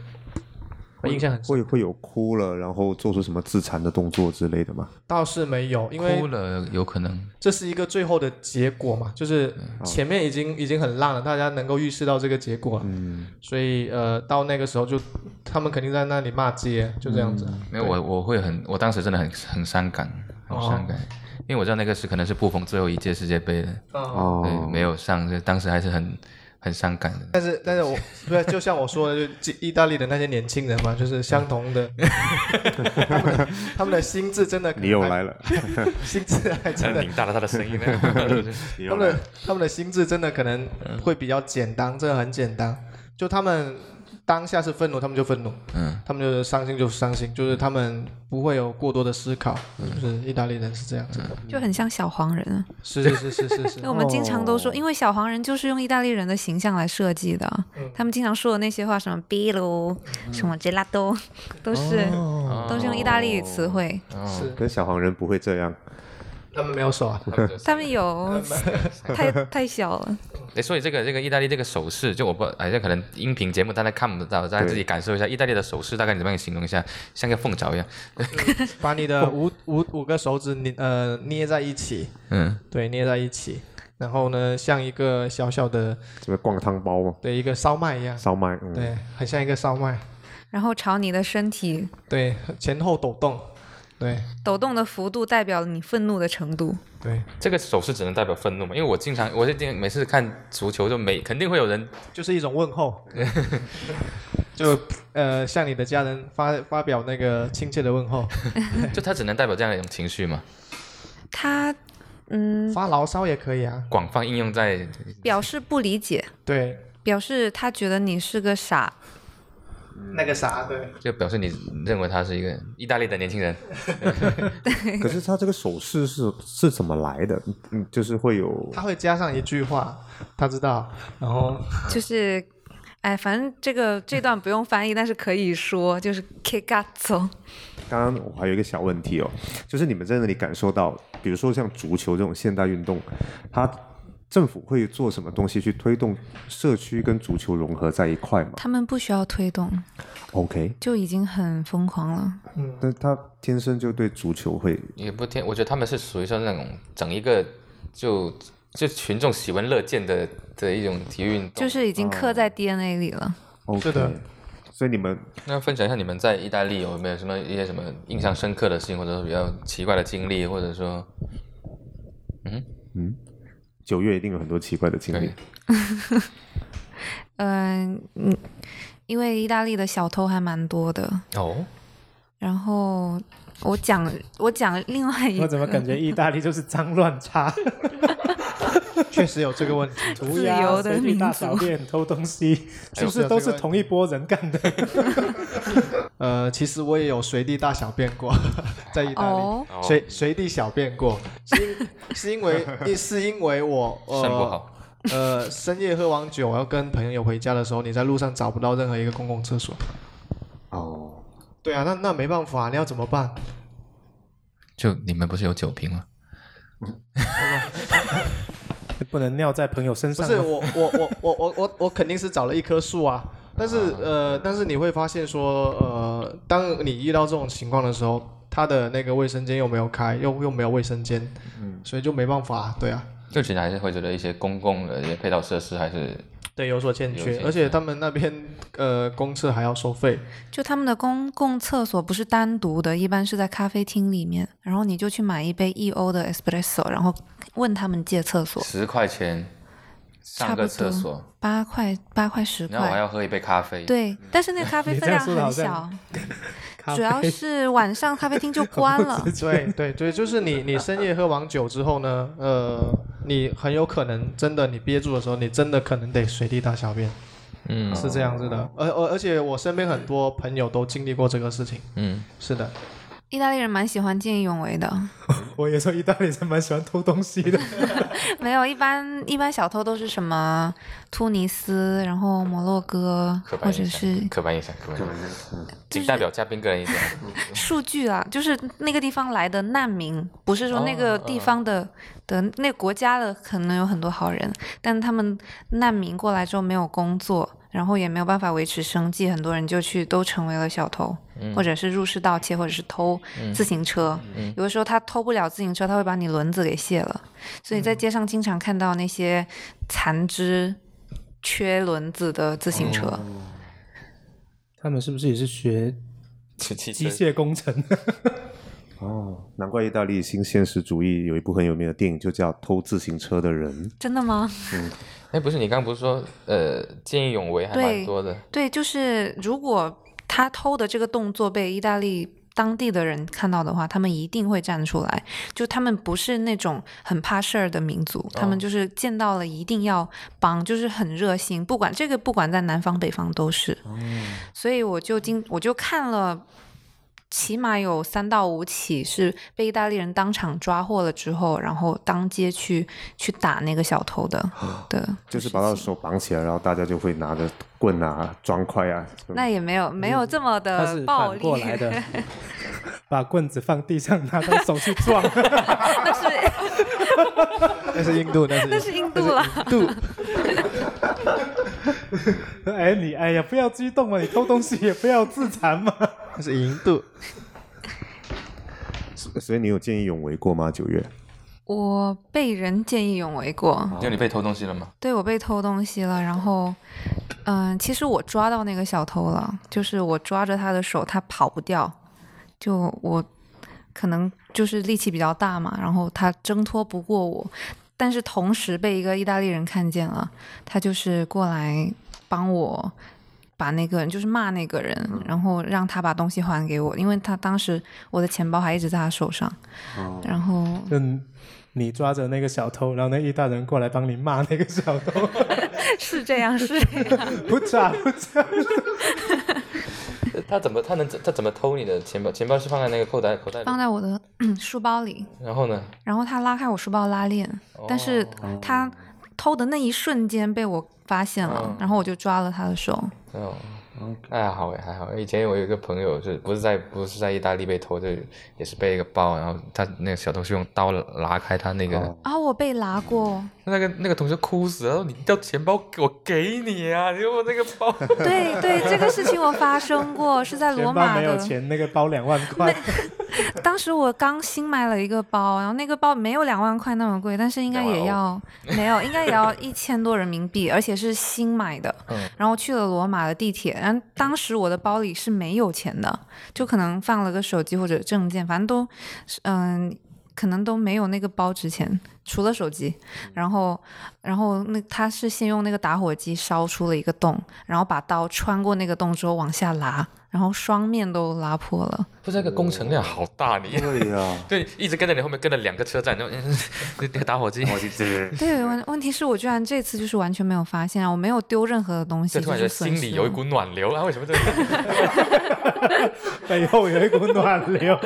我印象很深，
会会有哭了，然后做出什么自残的动作之类的吗？
倒是没有，因为
嗯哭了有可能，
这是一个最后的结果嘛，就是前面已经已经很烂了，大家能够预示到这个结果了，
嗯，
所以呃，到那个时候就他们肯定在那里骂街，就这样子。
没有我哦我会很，我当时真的很很伤感，很伤感，因为我知道那个是可能是布冯最后一届世界杯的，
哦
哦
对，，没有上，就当时还是很很伤感的。
但是，但是我不是就像我说的，就意大利的那些年轻人嘛，就是相
[laughs]
同的，他们的他们的心智真的可能
你又
还
来了，
心智还真的，
大了他的声音， [laughs]
你
他
又
们
来
的
了，
他们的心智真的可能会比较简单，真的很简单，就他们当下是愤怒，他们就愤怒，
嗯，
他们就伤心就伤心，就是他们不会有过多的思考，
嗯
就是意大利人是这样子的，
就很像小黄人。啊
是是是是是是
[laughs] 因为，我们经常都说，
哦
因为小黄人就是用意大利人的形象来设计的，他们经常说的那些话，什么 b i l o 什么 [laughs] gelato，都是、都是用意大利语词汇。
哦
是
跟小黄人不会这样，
他们没有手啊。
他们就
他们有太太小了，
哎，所以这个这个意大利这个手势，就我不，哎，这可能音频节目大家看不到，大家自己感受一下意大利的手势，大概你怎么样形容一下？像个凤爪一样，
把你的五五五个手指捏呃捏在一起，
嗯，
对，捏在一起，然后呢，像一个小小的
这个灌汤包嘛，
的一个烧麦一样，
烧麦，嗯，
对，很像一个烧麦，
然后朝你的身体
对，前后抖动，对
抖动的幅度代表了你愤怒的程度。
对，
这个手势只能代表愤怒嘛？因为我经常，我是经每次看足球就每肯定会有人
就是一种问 [laughs] 候，就呃向你的家人发发表那个亲切的问 [laughs] 候，
就它只能代表这样的一种情绪嘛，
他嗯，
发牢骚也可以啊，
广泛应用在
表示不理解，
对，
表示他觉得你是个傻，
那个啥，对，
就表示你认为他是一个意大利的年轻人，
可是它这个手势是是怎么来的？嗯，就是会有
他会加上一句话，他知道，然后
就是。哎，反正这个这段不用翻译，但是可以说就是 k g a t o
刚刚我还有一个小问题哦，就是你们在那里感受到，比如说像足球这种现代运动，它政府会做什么东西去推动社区跟足球融合在一块吗
他们不需要推动，
？OK，
就已经很疯狂了。
但他天生就对足球会
也不天，我觉得他们是属于说那种整一个就就群众喜闻乐见的的一种体育运动。
就是已经刻
嗯
在 DNA 里了。
OK，
是的
所以你们
那分享一下你们在意大利有没有什么一些什么印象深刻的事情，或者说比较奇怪的经历，或者说
九月一定有很多奇怪的经历
对。
嗯、嗯，因为意大利的小偷还蛮多的。
哦，
然后我讲我讲另外一
我怎么
个
[laughs]
感觉意大利就是脏乱差，
确实 [laughs] 有这个问题，
涂
自
鸦、
由的
随地大
民族
小便、偷东西，
哎
就是都是同一波人干的。 [laughs]
呃，其实我也有随地大小便过， [laughs] 在意大利。
哦，
随随地小便过，是因是因为一是因为我呃
肾不好，
呃深夜喝完酒，我要跟朋友回家的时候，你在路上找不到任何一个公共厕所。
哦，
对啊，那那没办法，你要怎么办？
就你们不是有酒瓶吗？
不能尿在朋友身
不
上吗。
是我我我我我我我肯定是找了一棵树啊，但是呃但是你会发现说呃，当你遇到这种情况的时候，他的那个卫生间又没有开，又又没有卫生间，所以就没办法，对啊。
就其实还是会觉得一些公共的一些配套设施还是
对，有所欠
有所欠
缺，
缺
而且他们那边呃公厕还要收费，
就他们的公共厕所不是单独的，一般是在咖啡厅里面，然后你就去买一杯一欧的 espresso，然后问他们借厕所，
十块钱上个厕所，
八块八块十
然后我还
块。
要喝一杯咖啡。，
对，但是那个咖啡
你这
分量
样说得好
很小
像，咖
主要
啡。
是晚上咖啡厅就关了
[laughs]
[laughs] 对对对，就是你你深夜喝完酒之后呢，呃，你很有可能真的你憋住的时候，你真的可能得随地大小便，
嗯
是这样子
哦
的。而而而且我身边很多朋友都经历过这个事情。
嗯，
是的，
意大利人蛮喜欢见义勇为的，
我也说意大利人蛮喜欢偷东西
[laughs]
的，
[laughs] 没有，一般一般小偷都是什么突尼斯，然后摩洛哥，
刻板
或
印
者是
象，刻板印象，刻板印象，仅代表嘉宾个人意见。
数据啊，就是那个地方来的难民，不是说那个地方的、的那个国家的可能有很多好人，但他们难民过来之后没有工作，然后也没有办法维持生计，很多人就去都成为了小偷，或者是入室盗窃，或者是偷自行车。有的时候他偷不了自行车，他会把你轮子给卸了，所以在街上经常看到那些残肢、缺轮子的自行车。
他们是不是也是学
机
机械工程？
哦，难怪意大利新现实主义有一部很有名的电影就叫《偷自行车的人》。
真的吗？
哎，不是你刚不是说呃见义勇为还蛮
对
多的？
对，就是如果他偷的这个动作被意大利当地的人看到的话，他们一定会站出来。就他们不是那种很怕事儿的民族，他
哦
们就是见到了一定要帮，就是很热心，不管
哦
这个不管在南方北方都是。所以我就经我就看了。起码有三到五起是被意大利人当场抓获了之后，然后当街去去打那个小偷的
哦
的，
就是把他的手绑起来，然后大家就会拿着棍啊、砖块啊。什么
那也没有没有这么
[laughs] 他
的
是
呃暴
反
力，
过
[laughs]
来的， [laughs]
把棍子放地上，拿到手去撞，
[laughs] 那是
[laughs] 那是印度，那
那
是
[laughs] 是印度啦，
度。
[laughs]
哎，你哎呀，不要激动嘛，你偷东西也不要自残嘛。
那是印度。
所以你有见义勇为过吗？九月？
我被人见义勇为过，
就你被偷东西了吗？
对我被偷东西了，然后，嗯、其实我抓到那个小偷了，就是我抓着他的手，他跑不掉，就我可能就是力气比较大嘛，然后他挣脱不过我，但是同时被一个意大利人看见了，他就是过来帮我。把那个人就是骂那个人，然后让他把东西还给我，因为他当时我的钱包还一直在他手上，然后
就你抓着那个小偷，然后那意大利人过来帮你骂那个小偷，
是这样是这样， [laughs]
不差不差。
[laughs] 他怎么他能他怎么偷你的钱包？钱包是放在那个口袋口袋里，
放在我的 [clears throat] 书包里，
然后呢？
然后他拉开我书包拉链，但是
哦
他偷的那一瞬间被我发现了，
嗯
然后我就抓了他的手。
哦，还好哎，还好。以前我有一个朋友是不是在不是在意大利被偷，就也是背一个包，然后他那个小偷是用刀拉开他那个、
啊、我被拉过， [laughs]
那个那个同学哭死了，然后你掉钱包给我给你啊，你给我那个包。
对对，这个事情我发生过，是在
钱
罗
包
马
没有
的。
钱，那个包两万块，
当时我刚新买了一个包，然后那个包没有两万块那么贵，但是应该也要没有，应该也要一千多人民币，而且是新买的。
嗯
然后去了罗马的地铁，然后当时我的包里是没有钱的，就可能放了个手机或者证件，反正都是嗯。可能都没有那个包值钱，除了手机。然后，然后那他是先用那个打火机烧出了一个洞，然后把刀穿过那个洞之后往下拉，然后双面都拉破了。
[laughs] 不是那个工程量好大，你
对呀，
[laughs] 对一直跟着你后面跟了两个车站，然后 [laughs] 那个打火机， [laughs]
对，问问题是我居然这次就是完全没有发现啊，我没有丢任何的东西，
就突然觉
是
得
损
心里
失
有一
了
股暖流啊！为什么这？ [laughs]
背后有一股暖流。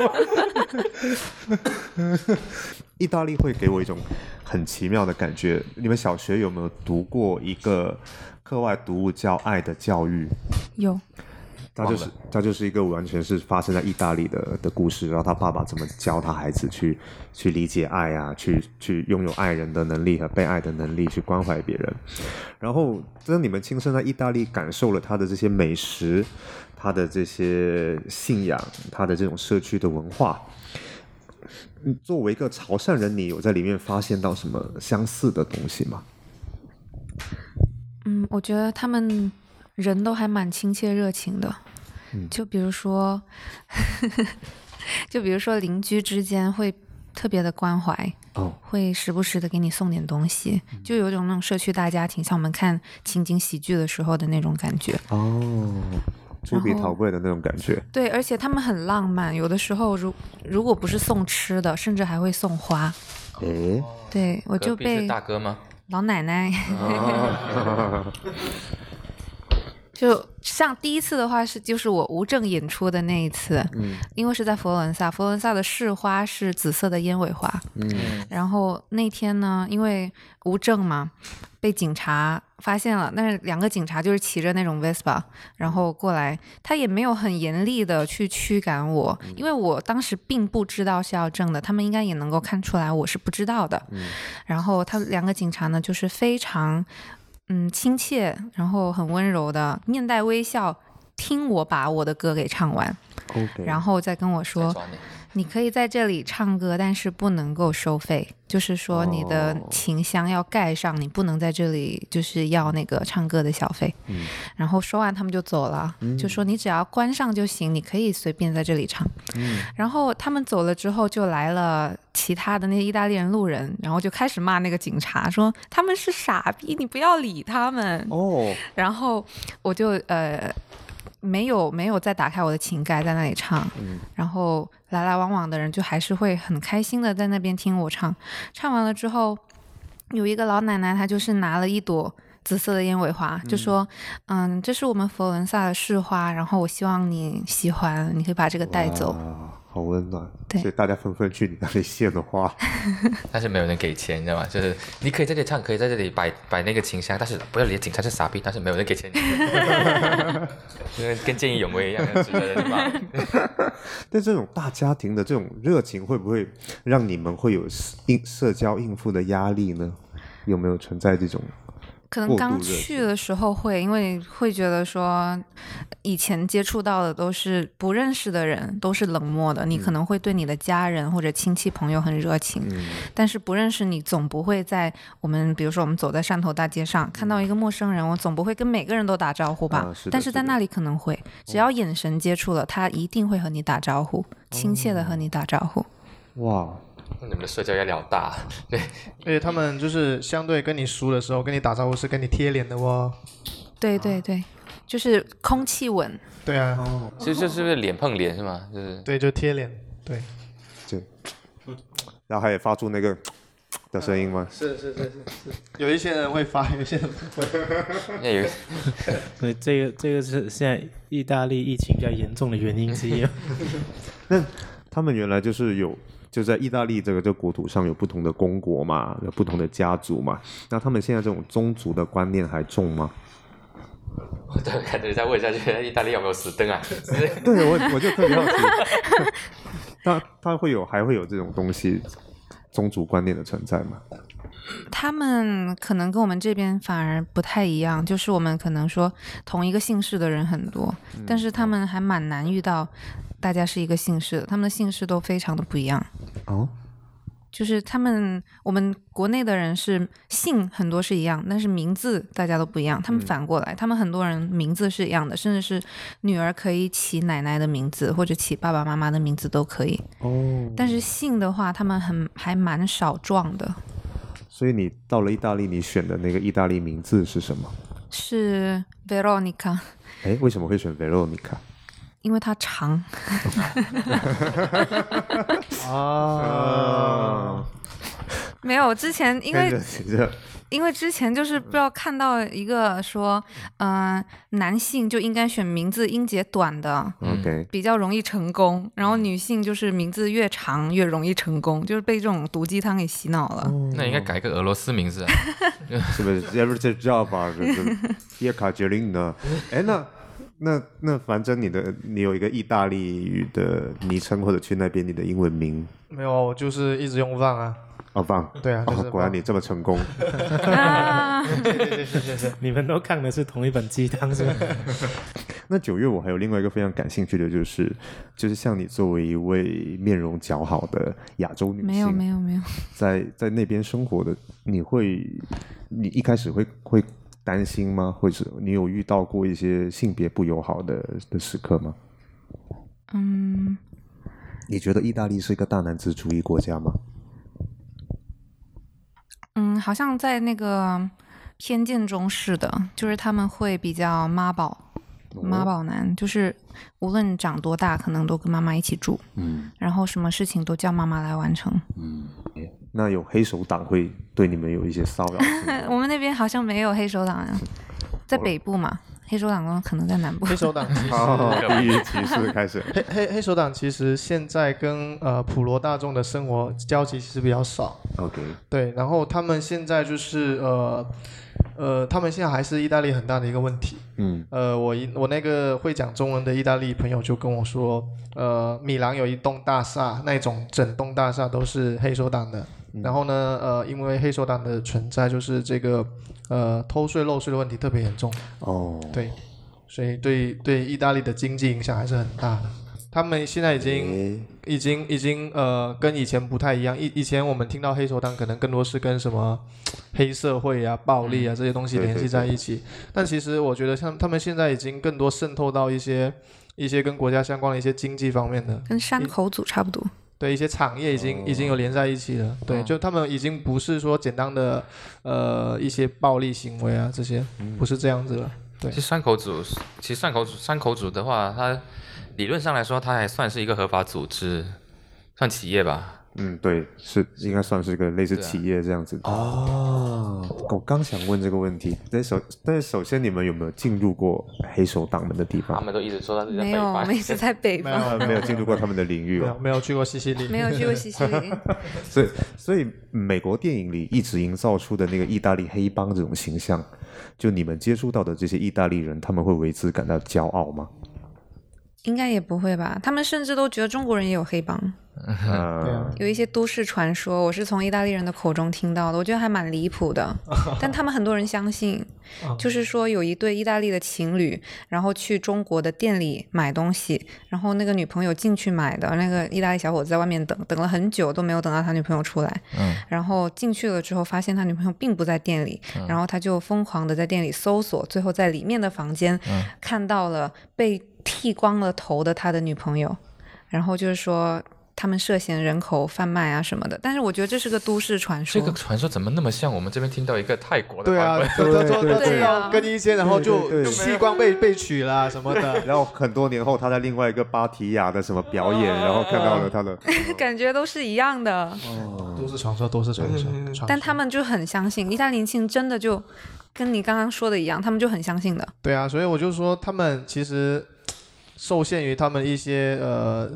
意大利会给我一种很奇妙的感觉。你们小学有没有读过一个课外读物叫《爱的教育》？
有
它就是它就是一个完全是发生在意大利的的故事，然后他爸爸怎么教他孩子去去理解爱啊，去去拥有爱人的能力和被爱的能力，去关怀别人。然后，当你们亲身在意大利感受了他的这些美食，他的这些信仰，他的这种社区的文化。嗯作为一个潮汕人，你有在里面发现到什么相似的东西吗？
嗯，我觉得他们人都还蛮亲切热情的，就比如说， [laughs] 就比如说邻居之间会特别的关怀，
哦，
会时不时的给你送点东西，就有种那种社区大家庭，像我们看情景喜剧的时候的那种感觉。
哦，猪鼻
然后
桃贵的那种感觉。
对，而且他们很浪漫，有的时候如如果不是送吃的，甚至还会送花。
诶，
对我就
隔壁
被
是大哥吗？
老奶奶，就像第一次的话是就是我无证演出的那一次，因为是在佛罗伦萨，佛罗伦萨的市花是紫色的烟尾花，然后那天呢，因为无证嘛，被警察发现了。但是两个警察就是骑着那种 Vespa，然后过来，他也没有很严厉的去驱赶我，因为我当时并不知道是要证的，他们应该也能够看出来我是不知道的。然后他两个警察呢，就是非常嗯亲切，然后很温柔的，面带微笑。听我把我的歌给唱完，
OK，
然后再跟我说，
抓你！
你可以在这里唱歌，但是不能够收费，就是说你的
哦
琴箱要盖上，你不能在这里就是要那个唱歌的小费。
嗯
然后说完他们就走了，就说你只要关上就行，你可以随便在这里唱。
嗯
然后他们走了之后，就来了其他的那些意大利人路人，然后就开始骂那个警察，说他们是傻逼，你不要理他们。
哦，
然后我就呃没有没有再打开我的琴盖在那里唱，然后来来往往的人就还是会很开心的在那边听我唱，唱完了之后，有一个老奶奶她就是拿了一朵紫色的燕尾花，就说，嗯，这是我们佛罗伦萨的市花，然后我希望你喜欢，你可以把这个带走。
啊，好温暖。
对
所以大家纷纷去你那里献的花。 [laughs]
但是没有人给钱，你知道吗？就是你可以在这里唱，可以在这里摆摆那个琴箱，但是不要理警察是傻逼，但是没有人给钱 [laughs] 你，就是跟见义勇为一样，值得人 [laughs] 骂。
但这种大家庭的这种热情，会不会让你们会有应社交应付的压力呢？有没有存在这种？
可能
过度
刚
热
去的时候会，因为会觉得说，以前接触到的都是不认识的人，都是冷漠的。你
嗯
可能会对你的家人或者亲戚朋友很热情，但是不认识你，总不会在我们比如说我们走在汕头大街上看到一个陌生人，我总不会跟每个人都打招呼吧？
嗯啊是的
但是
是
在
的哦
那里可能会，只要眼神接触了，他一定会和你打招呼，亲切
哦
的和你打招呼。
哇，
你们的社交压力好大，对，
而且他们就是相对跟你熟的时候，跟你打招呼是跟你贴脸的哦。
对对
啊
对，就是空气吻。
对啊，
就就是不是脸碰脸是吗？ [laughs] 就是
对，就贴脸。对，
对。然后还也发出那个的声音吗？
是是是是是，有一些人会发，有一些人不会。
那有
所以这个这个是现在意大利疫情比较严重的原因之
[laughs]
一。
他们原来就是有就在意大利这个这个国土上有不同的公国嘛，有不同的家族嘛。那他们现在这种宗族的观念还重吗？
我 [laughs] 都感觉再问下去，意大利有没有死灯啊？
嗯
对 [laughs] 我我就特别好
[laughs]
奇，那他会有还会有这种东西宗族观念的存在吗？嗯
他们可能跟我们这边反而不太一样，就是我们可能说同一个姓氏的人很多，
嗯
但是他
哦
们还蛮难遇到大家是一个姓氏的，他们的姓氏都非常的不一样。
哦，
就是他们我们国内的人是姓很多是一样，但是名字大家都不
嗯
一样。他们反过来，他们很多人名字是一样的，甚至是女儿可以起奶奶的名字或者起爸爸妈妈的名字都可以。
哦，
但是姓的话，他们很还蛮少撞的。
所以你到了意大利，你选的那个意大利名字是什么？
是 Veronica，
哎，为什么会选 Veronica？
因为它长，
啊，
没有之前因
看
为
[laughs] 着你这
因为之前就是不知道看到一个说，嗯、男性就应该选名字音节短的，
嗯
，OK，
比较容易成功，然后女性就是名字越长越容易成功，就是被这种毒鸡汤给洗脑了。
那应该改一个俄罗斯名
[laughs]
字、啊，
是不是 Every job 啊，这这
[laughs]
叶卡捷琳娜？哎，那那那，反正你的你有一个意大利语的昵称，或者去那边你的英文名，
没有啊，我就是一直用 van 啊。
哦，棒，
对啊，就是
哦，果然
van
你这么成功，
啊， [laughs]
你们都看的是同一本鸡汤 [laughs] 是吧？
[laughs] 那九月我还有另外一个非常感兴趣的，就是就是像你作为一位面容姣好的亚洲女
没有没
性，
有没有，
在在那边生活的，你会你一开始会会担心吗？或者你有遇到过一些性别不友好的的时刻吗？
嗯，
你觉得意大利是一个大男子主义国家吗？
嗯，好像在那个偏见中是的，就是他们会比较妈宝，妈宝男，就是无论长多大，可能都跟妈妈一起住，
嗯
然后什么事情都叫妈妈来完成。？
嗯，那有黑手党会对你们有一些骚扰性吗
[laughs] 呃我们那边好像没有黑手党呀，在北部嘛，黑手党可能在南部
[laughs] 黑。手党其实
[laughs] 哦，地域歧视开始。
黑黑黑手党其实现在跟呃普罗大众的生活交集其实比较少，
[laughs] OK，
对，然后他们现在就是呃呃，他们现在还是意大利很大的一个问题。
嗯
呃，我一我那个会讲中文的意大利朋友就跟我说，呃，米兰有一栋大厦，那种整栋大厦都是黑手党的。然后呢，呃，因为黑手党的存在，就是这个呃偷税漏税的问题特别严重。
哦，
对，所以对对意大利的经济影响还是很大的。他们现在已经
诶
已经已经呃跟以前不太一样，以以前我们听到黑手党可能更多是跟什么黑社会啊、暴力啊这些东西
嗯对
联系
对
在一起，但其实我觉得像他们现在已经更多渗透到一些一些跟国家相关的一些经济方面的，
跟山口组差不多，
对一些产业已
哦
经、已经有连在一起了，
嗯
对，就他们已经不是说简单的呃一些暴力行为啊这些，
嗯
不是这样子了。
其实山口组，其实山口组山口组的话，它理论上来说，它还算是一个合法组织，算企业吧。
嗯，对，是应该算是个类似企业这样子的。哦，我刚想问这个问题，但首但是首先你们有没有进入过黑手党们的地
他
方？
们都一直说他是在
没
北
有，我
方
们，一
[laughs]
直在北
没
方，
[laughs]
有
没有进入过他们的领域
没
哦
有，没有去过西西里，
没有去过西西
[laughs]
里。
所以所以美国电影里一直营造出的那个意大利黑帮这种形象，就你们接触到的这些意大利人，他们会为之感到骄傲吗？
应该也不会吧？他们甚至都觉得中国人也有黑帮，
[laughs]
[laughs]
对
啊
啊，
有一些都市传说，我是从意大利人的口中听到的，我觉得还蛮离谱的。但他们很多人相信，
啊
就是说有一对意大利的情侣，然后去中国的店里买东西，然后那个女朋友进去买的，那个意大利小伙子在外面等，等了很久都没有等到他女朋友出来。
嗯，
然后进去了之后，发现他女朋友并不在店里，
嗯
然后他就疯狂的在店里搜索，最后在里面的房间、
嗯
看到了被剃光了头的他的女朋友，然后就是说他们涉嫌人口贩卖啊什么的，但是我觉得这是个都市传说。
这个传说怎么那么像我们这边听到一个泰国的
对啊
版本？，
他
对
说
对
他知
对
道更衣间，然后就
对对对
剃光被被娶啦什
[laughs]
么的，
然后很多年后，他在另外一个芭提雅的什么表演，
啊
然后看到了他的，
感觉都是一样的，
嗯
都是传说，都是传说。传说
但他们就很相信意大利年轻人真的就跟你刚刚说的一样，他们就很相信的。
对啊，所以我就说他们其实受限于他们一些呃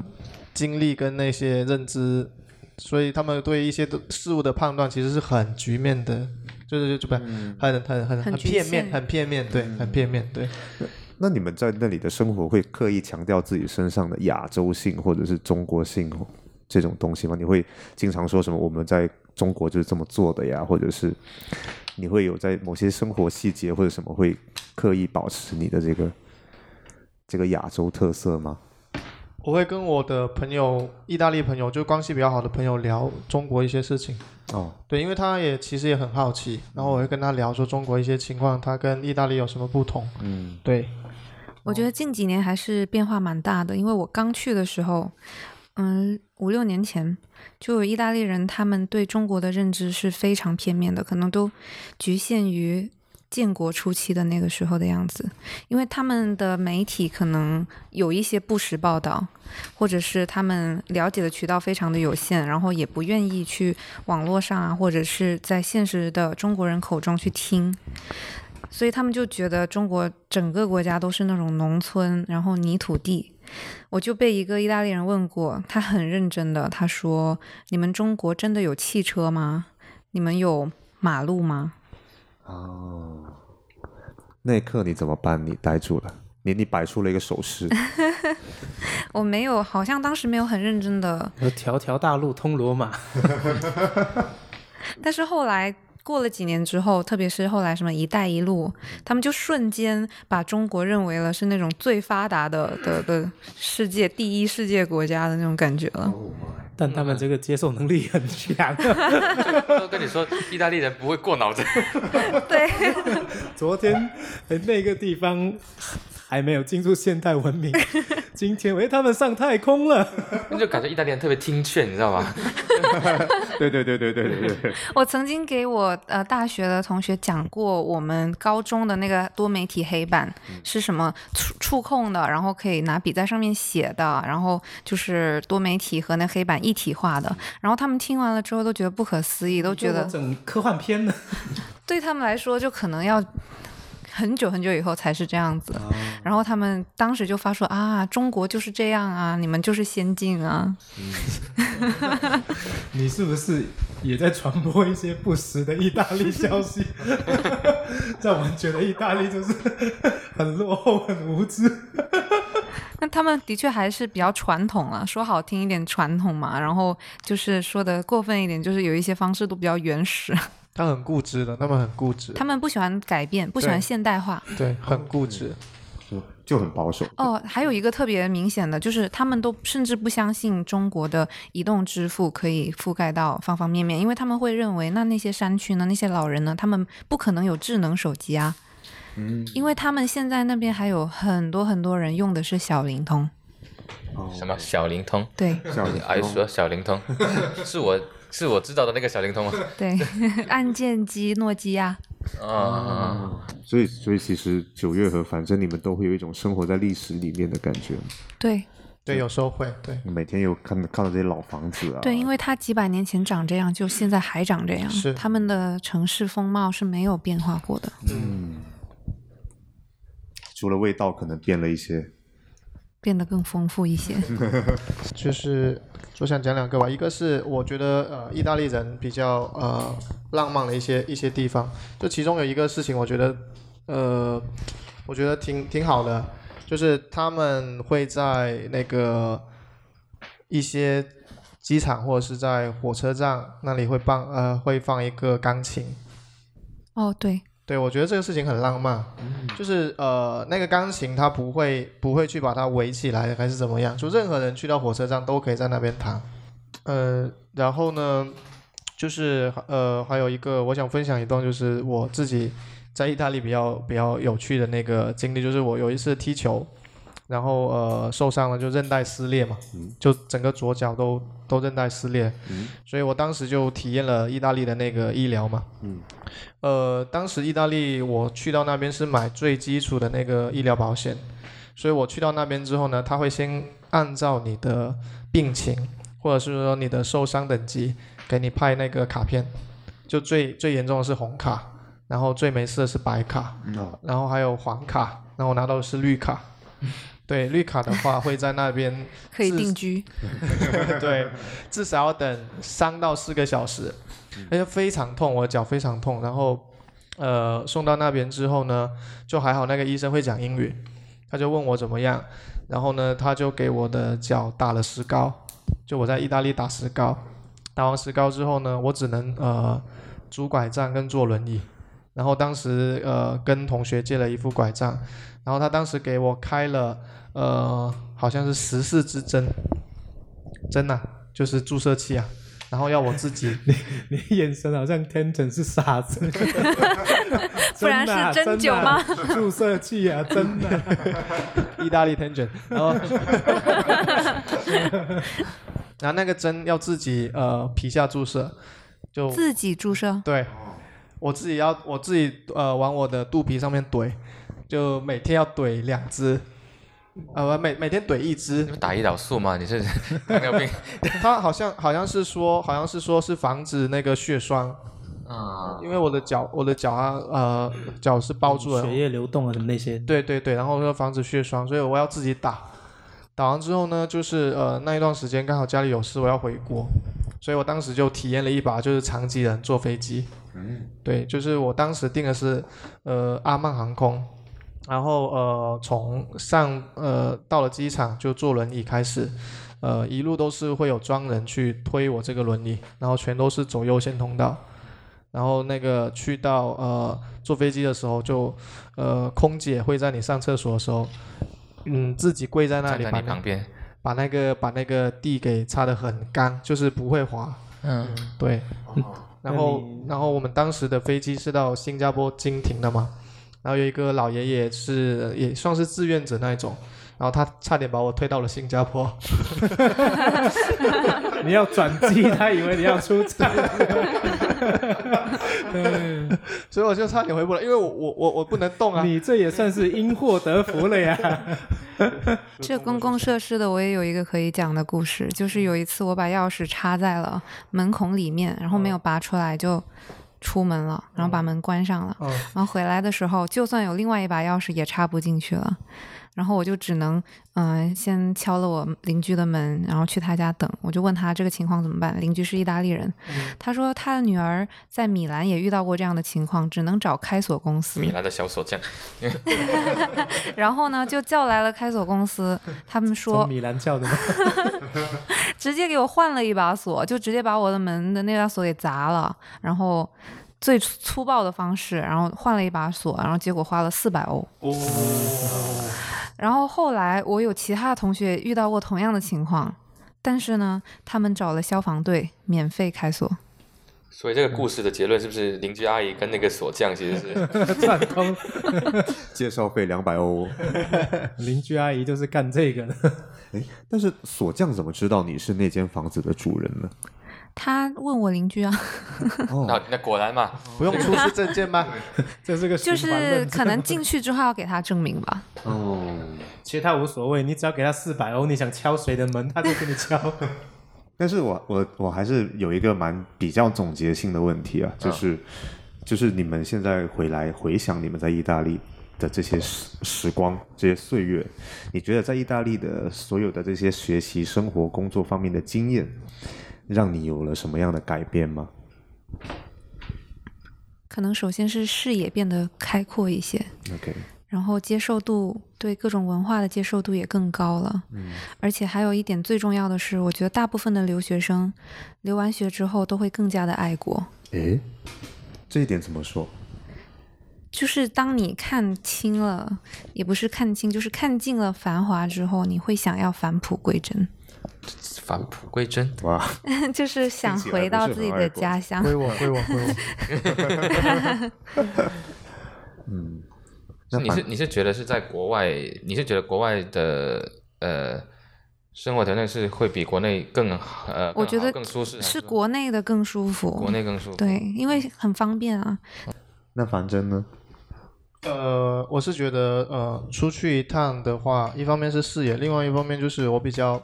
经历跟那些认知，所以他们对一些的事物的判断其实是很局面的，就是就不是
嗯
很很很
很局
片面，
限
很片面，对，很片面，对。
那你们在那里的生活会刻意强调自己身上的亚洲性或者是中国性这种东西吗？你会经常说什么我们在中国就是这么做的呀，或者是你会有在某些生活细节或者什么会刻意保持你的这个这个亚洲特色吗？
我会跟我的朋友，意大利朋友，就关系比较好的朋友聊中国一些事情。
哦，
对，因为他也其实也很好奇，然后我会跟他聊说中国一些情况，他跟意大利有什么不同。
嗯，
对，
我觉得近几年还是变化蛮大的，因为我刚去的时候，嗯，五六年前就有意大利人，他们对中国的认知是非常片面的，可能都局限于建国初期的那个时候的样子，因为他们的媒体可能有一些不实报道，或者是他们了解的渠道非常的有限，然后也不愿意去网络上啊，或者是在现实的中国人口中去听。所以他们就觉得中国整个国家都是那种农村，然后泥土地。我就被一个意大利人问过，他很认真的，他说：“你们中国真的有汽车吗？你们有马路吗
哦，那一刻你怎么办？你呆住了，你你摆出了一个手势，？”
我没有，好像当时没有很认真的，
我条条大路通罗马，
但是后来。过了几年之后，特别是后来什么“一带一路”，他们就瞬间把中国认为了是那种最发达的的的世界第一世界国家的那种感觉了。
但他们这个接受能力
[laughs]
很强。
都跟
[laughs]
你说，意大利人不会过脑子。 [laughs]
对，
昨天哎那个地方还没有进入现代文
[laughs]
明，今天
哎
喂他们上太空了。
就感觉意大利人特别听劝，你知道吧？
[laughs]
对对对对对对对，
我曾经给我呃大学的同学讲过，我们高中的那个多媒体黑板是什么触触控的，然后可以拿笔在上面写的，然后就是多媒体和那黑板一体化的。然后他们听完了之后都觉得不可思议，都觉
就我
得
整科幻片呢。
对他们来说就可能要。很久很久以后才是这样子，然后他们当时就发说啊，中国就是这样啊，你们就是先进啊，
你是不是也在传播一些不实的意大利消息，
[laughs]
让我们觉得意大利就是很落后、很无知？
那他们的确还是比较传统了，说好听一点传统嘛，然后就是说的过分一点，就是有一些方式都比较原始，
他很固执的，他们很固执，
[laughs] 他们不喜欢改变，不喜欢
对
现代化。
对，很固执。
就很保守。
哦，还有一个特别明显的就是，他们都甚至不相信中国的移动支付可以覆盖到方方面面，因为他们会认为，那那些山区呢，那些老人呢，他们不可能有智能手机啊。嗯，因为他们现在那边还有很多很多人用的是小灵通，
什么小灵通？
对
像
你还说小灵
[laughs]
通？是我是我知道的那个小灵通吗？
对，按键机、诺基亚，嗯
啊，
所以，所以其实九月和反正你们都会有一种生活在历史里面的感觉。
对，
对，有时候会，对，
每天有看看到这些老房子啊，
对，因为它几百年前长这样，就现在还长这样，
是
他们的城市风貌是没有变化过的。
除了味道可能变了一些，
变得更丰富一些。
就是我想讲两个吧，一个是我觉得呃，意大利人比较呃浪漫的一些一些地方，就其中有一个事情，我觉得呃，我觉得挺挺好的，就是他们会在那个一些机场或者是在火车站那里会放呃会放一个钢琴，
哦，对，
对，我觉得这个事情很浪漫，就是呃，那个钢琴它不会不会去把它围起来，还是怎么样，就任何人去到火车站都可以在那边弹。呃，然后呢，就是呃，还有一个我想分享一段，就是我自己在意大利比较比较有趣的那个经历，就是我有一次踢球，然后呃受伤了，就韧带撕裂嘛，就整个左脚都都韧带撕裂，所以我当时就体验了意大利的那个医疗嘛。呃，当时意大利我去到那边是买最基础的那个医疗保险，所以我去到那边之后呢，他会先按照你的病情或者是说你的受伤等级，给你派那个卡片，就最最严重的是红卡，然后最没事的是白卡，
嗯
然后还有黄卡，然后我拿到的是绿卡。对绿卡的话，会在那边
可以
自
定居。
[laughs] 对，至少要等三到四个小时，嗯而且非常痛，我的脚非常痛。然后，呃，送到那边之后呢，就还好，那个医生会讲英语，他就问我怎么样，然后呢，他就给我的脚打了石膏，就我在意大利打石膏，打完石膏之后呢，我只能呃拄拐杖跟坐轮椅。然后当时呃跟同学借了一副拐杖，然后他当时给我开了呃好像是十四支针，针呐、就是注射器啊，然后要我自
[laughs]
己，
你眼神好像天成是傻子，
不
啊
然是
真
针灸吗？
真的啊注射器啊，真 [laughs] 的。
意大利 tangent，然后，然后那个针要自己呃皮下注射，就
自己注射，
对，我自己要我自己呃往我的肚皮上面怼，就每天要怼两只，呃每每天怼一只
你，嗯们打胰岛素吗？你是糖
[laughs]
尿病？
他好像好像是说好像是说是防止那个血栓，
啊，
因为我的脚我的脚啊呃脚是包住了，
血液流动啊什么那些，
对对对，然后说防止血栓，所以我要自己打。打完之后呢，就是呃那一段时间刚好家里有事，我要回国，所以我当时就体验了一把就是残疾人坐飞机。嗯，对，就是我当时订的是呃阿曼航空，然后呃从上呃到了机场就坐轮椅开始。呃，一路都是会有专人去推我这个轮椅，然后全都是走优先通道，然后那个去到呃坐飞机的时候就呃，空姐会在你上厕所的时候，嗯，自己跪在那
站
里
在
把
你
那
旁边，
把那个把那个地给擦得很干，就是不会滑。
嗯，
对，然后
那你
然后我们当时的飞机是到新加坡经停的嘛，然后有一个老爷爷是也算是志愿者那一种，然后他差点把我推到了新加坡。 [laughs]
你要转机，他以为你要出 [laughs] 差。
所以我就差点回不来，因为我我我我不能动啊，
嗯你这也算是因祸得福了呀。
这公共设施的我也有一个可以讲的故事，就是
嗯
有一次我把钥匙插在了门孔里面，然后
哦
没有拔出来就出门了，然后把门关上了，
哦
嗯
然后回来的时候就算有另外一把钥匙也插不进去了，然后我就只能嗯、呃先敲了我邻居的门，然后去他家等，我就问他这个情况怎么办，邻居是意大利人，
嗯
他说他的女儿在米兰也遇到过这样的情况，只能找开锁公司，
米兰的小锁匠，
然后呢就叫来了开锁公司，他们说
从米兰叫的吗？
直接给我换了一把锁，就直接把我的门的那把锁给砸了，然后最粗粗暴的方式，然后换了一把锁，然后结果花了四百欧。然后后来我有其他同学遇到过同样的情况，但是呢，他们找了消防队免费开锁。
所以这个故事的结论是不是邻居阿姨跟那个锁匠其实是
[laughs]
串通
介绍费两百欧。 [laughs]
邻居阿姨就是干这个的。
但是锁匠怎么知道你是那间房子的主人呢？
他问我邻居啊，
那那果然嘛，
不用出示证件 [laughs] 吗？
这是个
[laughs]
就
循环论
是可能进去之后要给他证明吧。
哦，
其实他无所谓，你只要给他四百欧，你想敲谁的门，他就给你敲。
但是我我我还是有一个蛮比较总结性的问题啊，
嗯
就是、就是你们现在回来回想你们在意大利的这些时时光、这些岁月，你觉得在意大利的所有的这些学习、生活、工作方面的经验，让你有了什么样的改变吗？
可能首先是视野变得开阔一些，
OK，
然后接受度对各种文化的接受度也更高了。嗯，而且还有一点最重要的是，我觉得大部分的留学生留完学之后都会更加的爱国。
诶，这一点怎么说？
就是当你看清了，也不是看清，就是看尽了繁华之后，你会想要返璞归真， [laughs]
返璞归真。
哇， [laughs]
就是想回到自己的家乡。
归我，归我，归 [laughs] 我。
嗯
是你是你是觉得是在国外，你是觉得国外的呃生活条件是会比国内更呃，
我
更
觉
好
得
更舒适，还
是
说
国内的更舒服，
国内更舒服。
对，因为很方便啊。
那樊真呢？
呃，我是觉得，呃，出去一趟的话，一方面是视野，另外一方面就是我比较，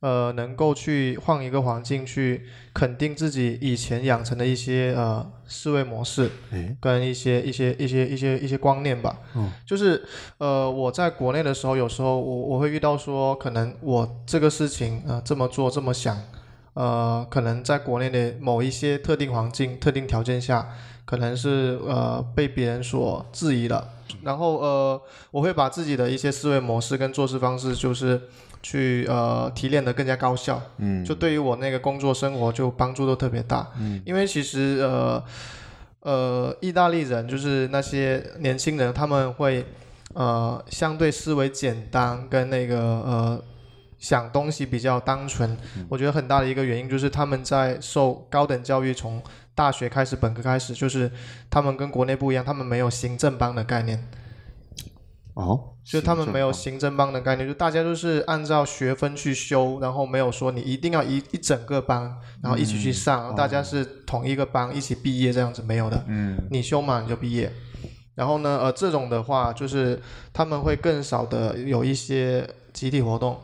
呃，能够去换一个环境，去肯定自己以前养成的一些呃思维模式，跟一些一些一些一些一些观念吧。嗯，就是呃，我在国内的时候，有时候我我会遇到说，可能我这个事情呃这么做这么想，呃，可能在国内的某一些特定环境、特定条件下，可能是呃被别人所质疑了。然后呃，我会把自己的一些思维模式跟做事方式，就是去呃提炼的更加高效。嗯，就对于我那个工作生活就帮助都特别大。嗯，因为其实呃呃，意大利人就是那些年轻人，他们会呃相对思维简单，跟那个呃想东西比较单纯。我觉得很大的一个原因就是他们在受高等教育从。大学开始，本科开始，就是他们跟国内不一样，他们没有行政帮的概念，
哦，
就是他们没有
行
行政帮的概念，就大家都是按照学分去修，然后没有说你一定要一一整个班，然后一起去上，然后大家是同一个班一起毕业这样子没有的，哦嗯，你修满你就毕业。然后呢，呃，这种的话就是他们会更少的有一些集体活动，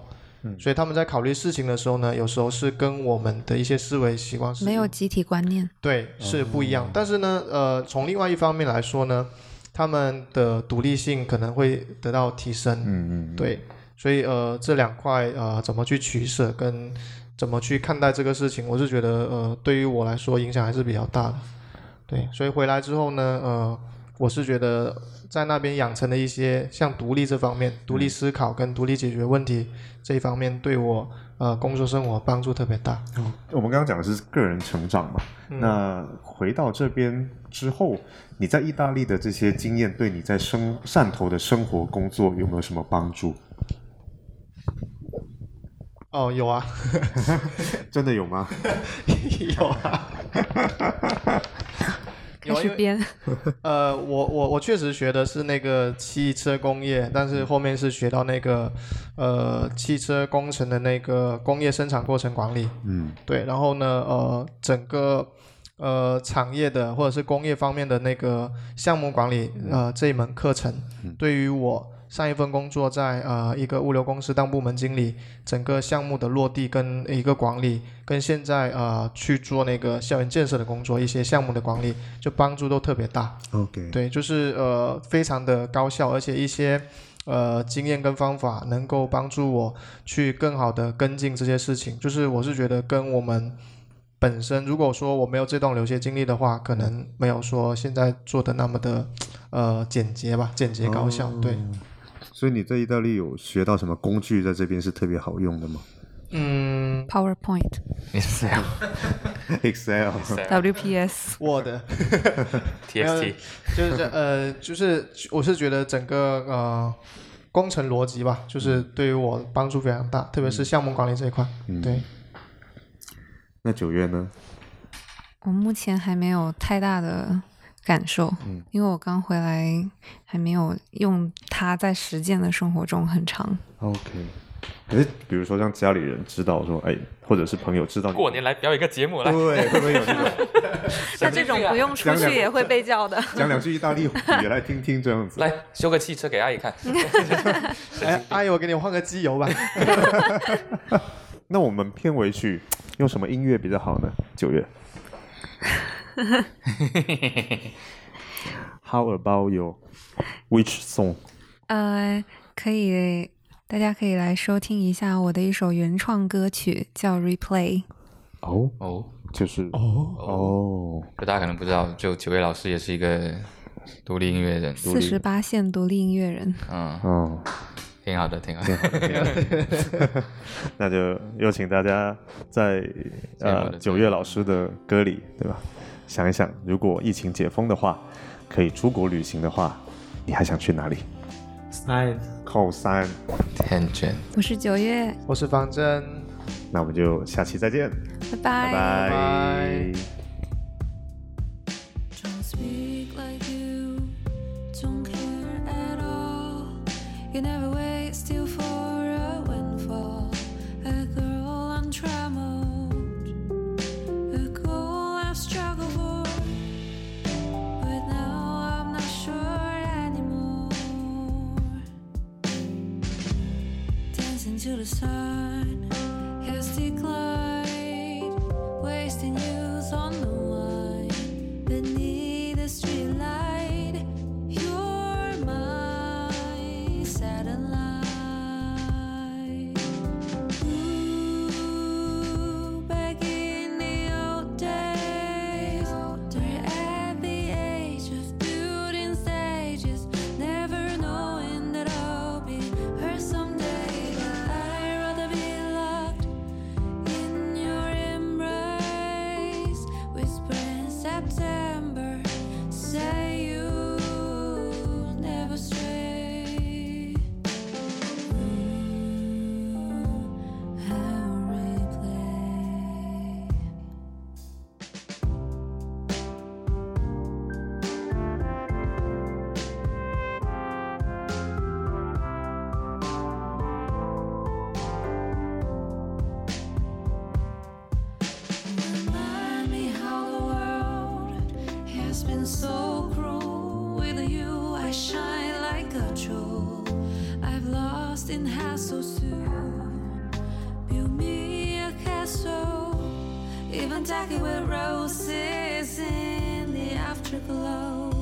嗯，所以他们在考虑事情的时候呢，有时候是跟我们的一些思维习惯是
没有集体观念，
对，是不一样。但是呢，呃，从另外一方面来说呢，他们的独立性可能会得到提升。嗯嗯，对，所以呃，这两块呃，怎么去取舍跟怎么去看待这个事情，我是觉得呃，对于我来说影响还是比较大的。对，所以回来之后呢，呃，我是觉得在那边养成的一些像独立这方面、独立思考跟独立解决问题这一方面，对我呃工作生活帮助特别大。
我们刚刚讲的是个人成长嘛，那回到这边之后，你在意大利的这些经验，对你在生汕头的生活、工作有没有什么帮助？
哦，有啊，
真的有吗？
[laughs] 有啊。
啊
开始编。 [laughs]
呃，我我我确实学的是那个汽车工业，但是后面是学到那个呃汽车工程的那个工业生产过程管理。嗯，对。然后呢，呃，整个呃产业的或者是工业方面的那个项目管理呃这一门课程，对于我上一份工作在呃一个物流公司当部门经理，整个项目的落地跟一个管理，跟现在呃去做那个校园建设的工作，一些项目的管理，就帮助都特别大。
嗯
OK，
对，就是呃，非常的高效，而且一些呃经验跟方法能够帮助我去更好的跟进这些事情。就是我是觉得跟我们本身，如果说我没有这段留学经历的话，可能没有说现在做的那么的呃简洁吧，简洁高效。对，
所以你在意大利有学到什么工具在这边是特别好用的吗
嗯
PowerPoint、
你是这样 [laughs]
？Excel，
WPS，
，Word。
TST
就是这呃，就是我是觉得整个呃工程逻辑吧，就是对于我帮助非常大，特别是项目管理这一块。对，
那九月呢？
我目前还没有太大的感受，因为我刚回来，还没有用它在实践的生活中很长。
OK，
可是比如说让家里人知道说，哎，或者是朋友知道你
[laughs] 过年来表演个节 [laughs] 目来，
对，会不会有
[laughs]
这种
那这种不用出去也会被叫的。
讲两句意大利语来听听这样子？
来修个汽车给阿姨看。
哎，阿姨，我给你换个机油吧。
那我们片尾曲用什么音乐比较好呢？九 [laughs] 月，How about your which song？
呃，可以，大家可以来收听一下我的一首原创歌曲，叫《Replay》。
哦，
[laughs] 哦，
就是哦哦，
就大家可能不知道，就九位老师也是一个独立音乐人，独
四
立
十，八线独立音乐人，
嗯，
哦，
挺好的，挺好的。
那就有请大家在
羡慕
呃
的
九月老师的歌里，对吧？想一想，如果疫情解封的话，可以出国旅行的话，你还想去哪里？
哎，
扣三，
天卷。
我是九月，
我是方真，
那我们就下期再见，拜
拜
拜。
Don't speak like you don't care at all. You never wait still for a windfall. A girl untrammeled, a goal I've struggled for. But now I'm not sure anymore. Dancing to the sun has declined, wasting years on the wine beneath the streetlight. You're my satellite. Ooh, back in the old days, we're at the age of building stages, never knowing that I'll be her someday. But I'd rather be locked in your embrace, whispering September, say you never stray. Ooh, how replay. Remind me how the world has been so cruel. With you, I shine like a jewel. I've lost in hassle soon. Build me a castle, even tacky with roses in the afterglow.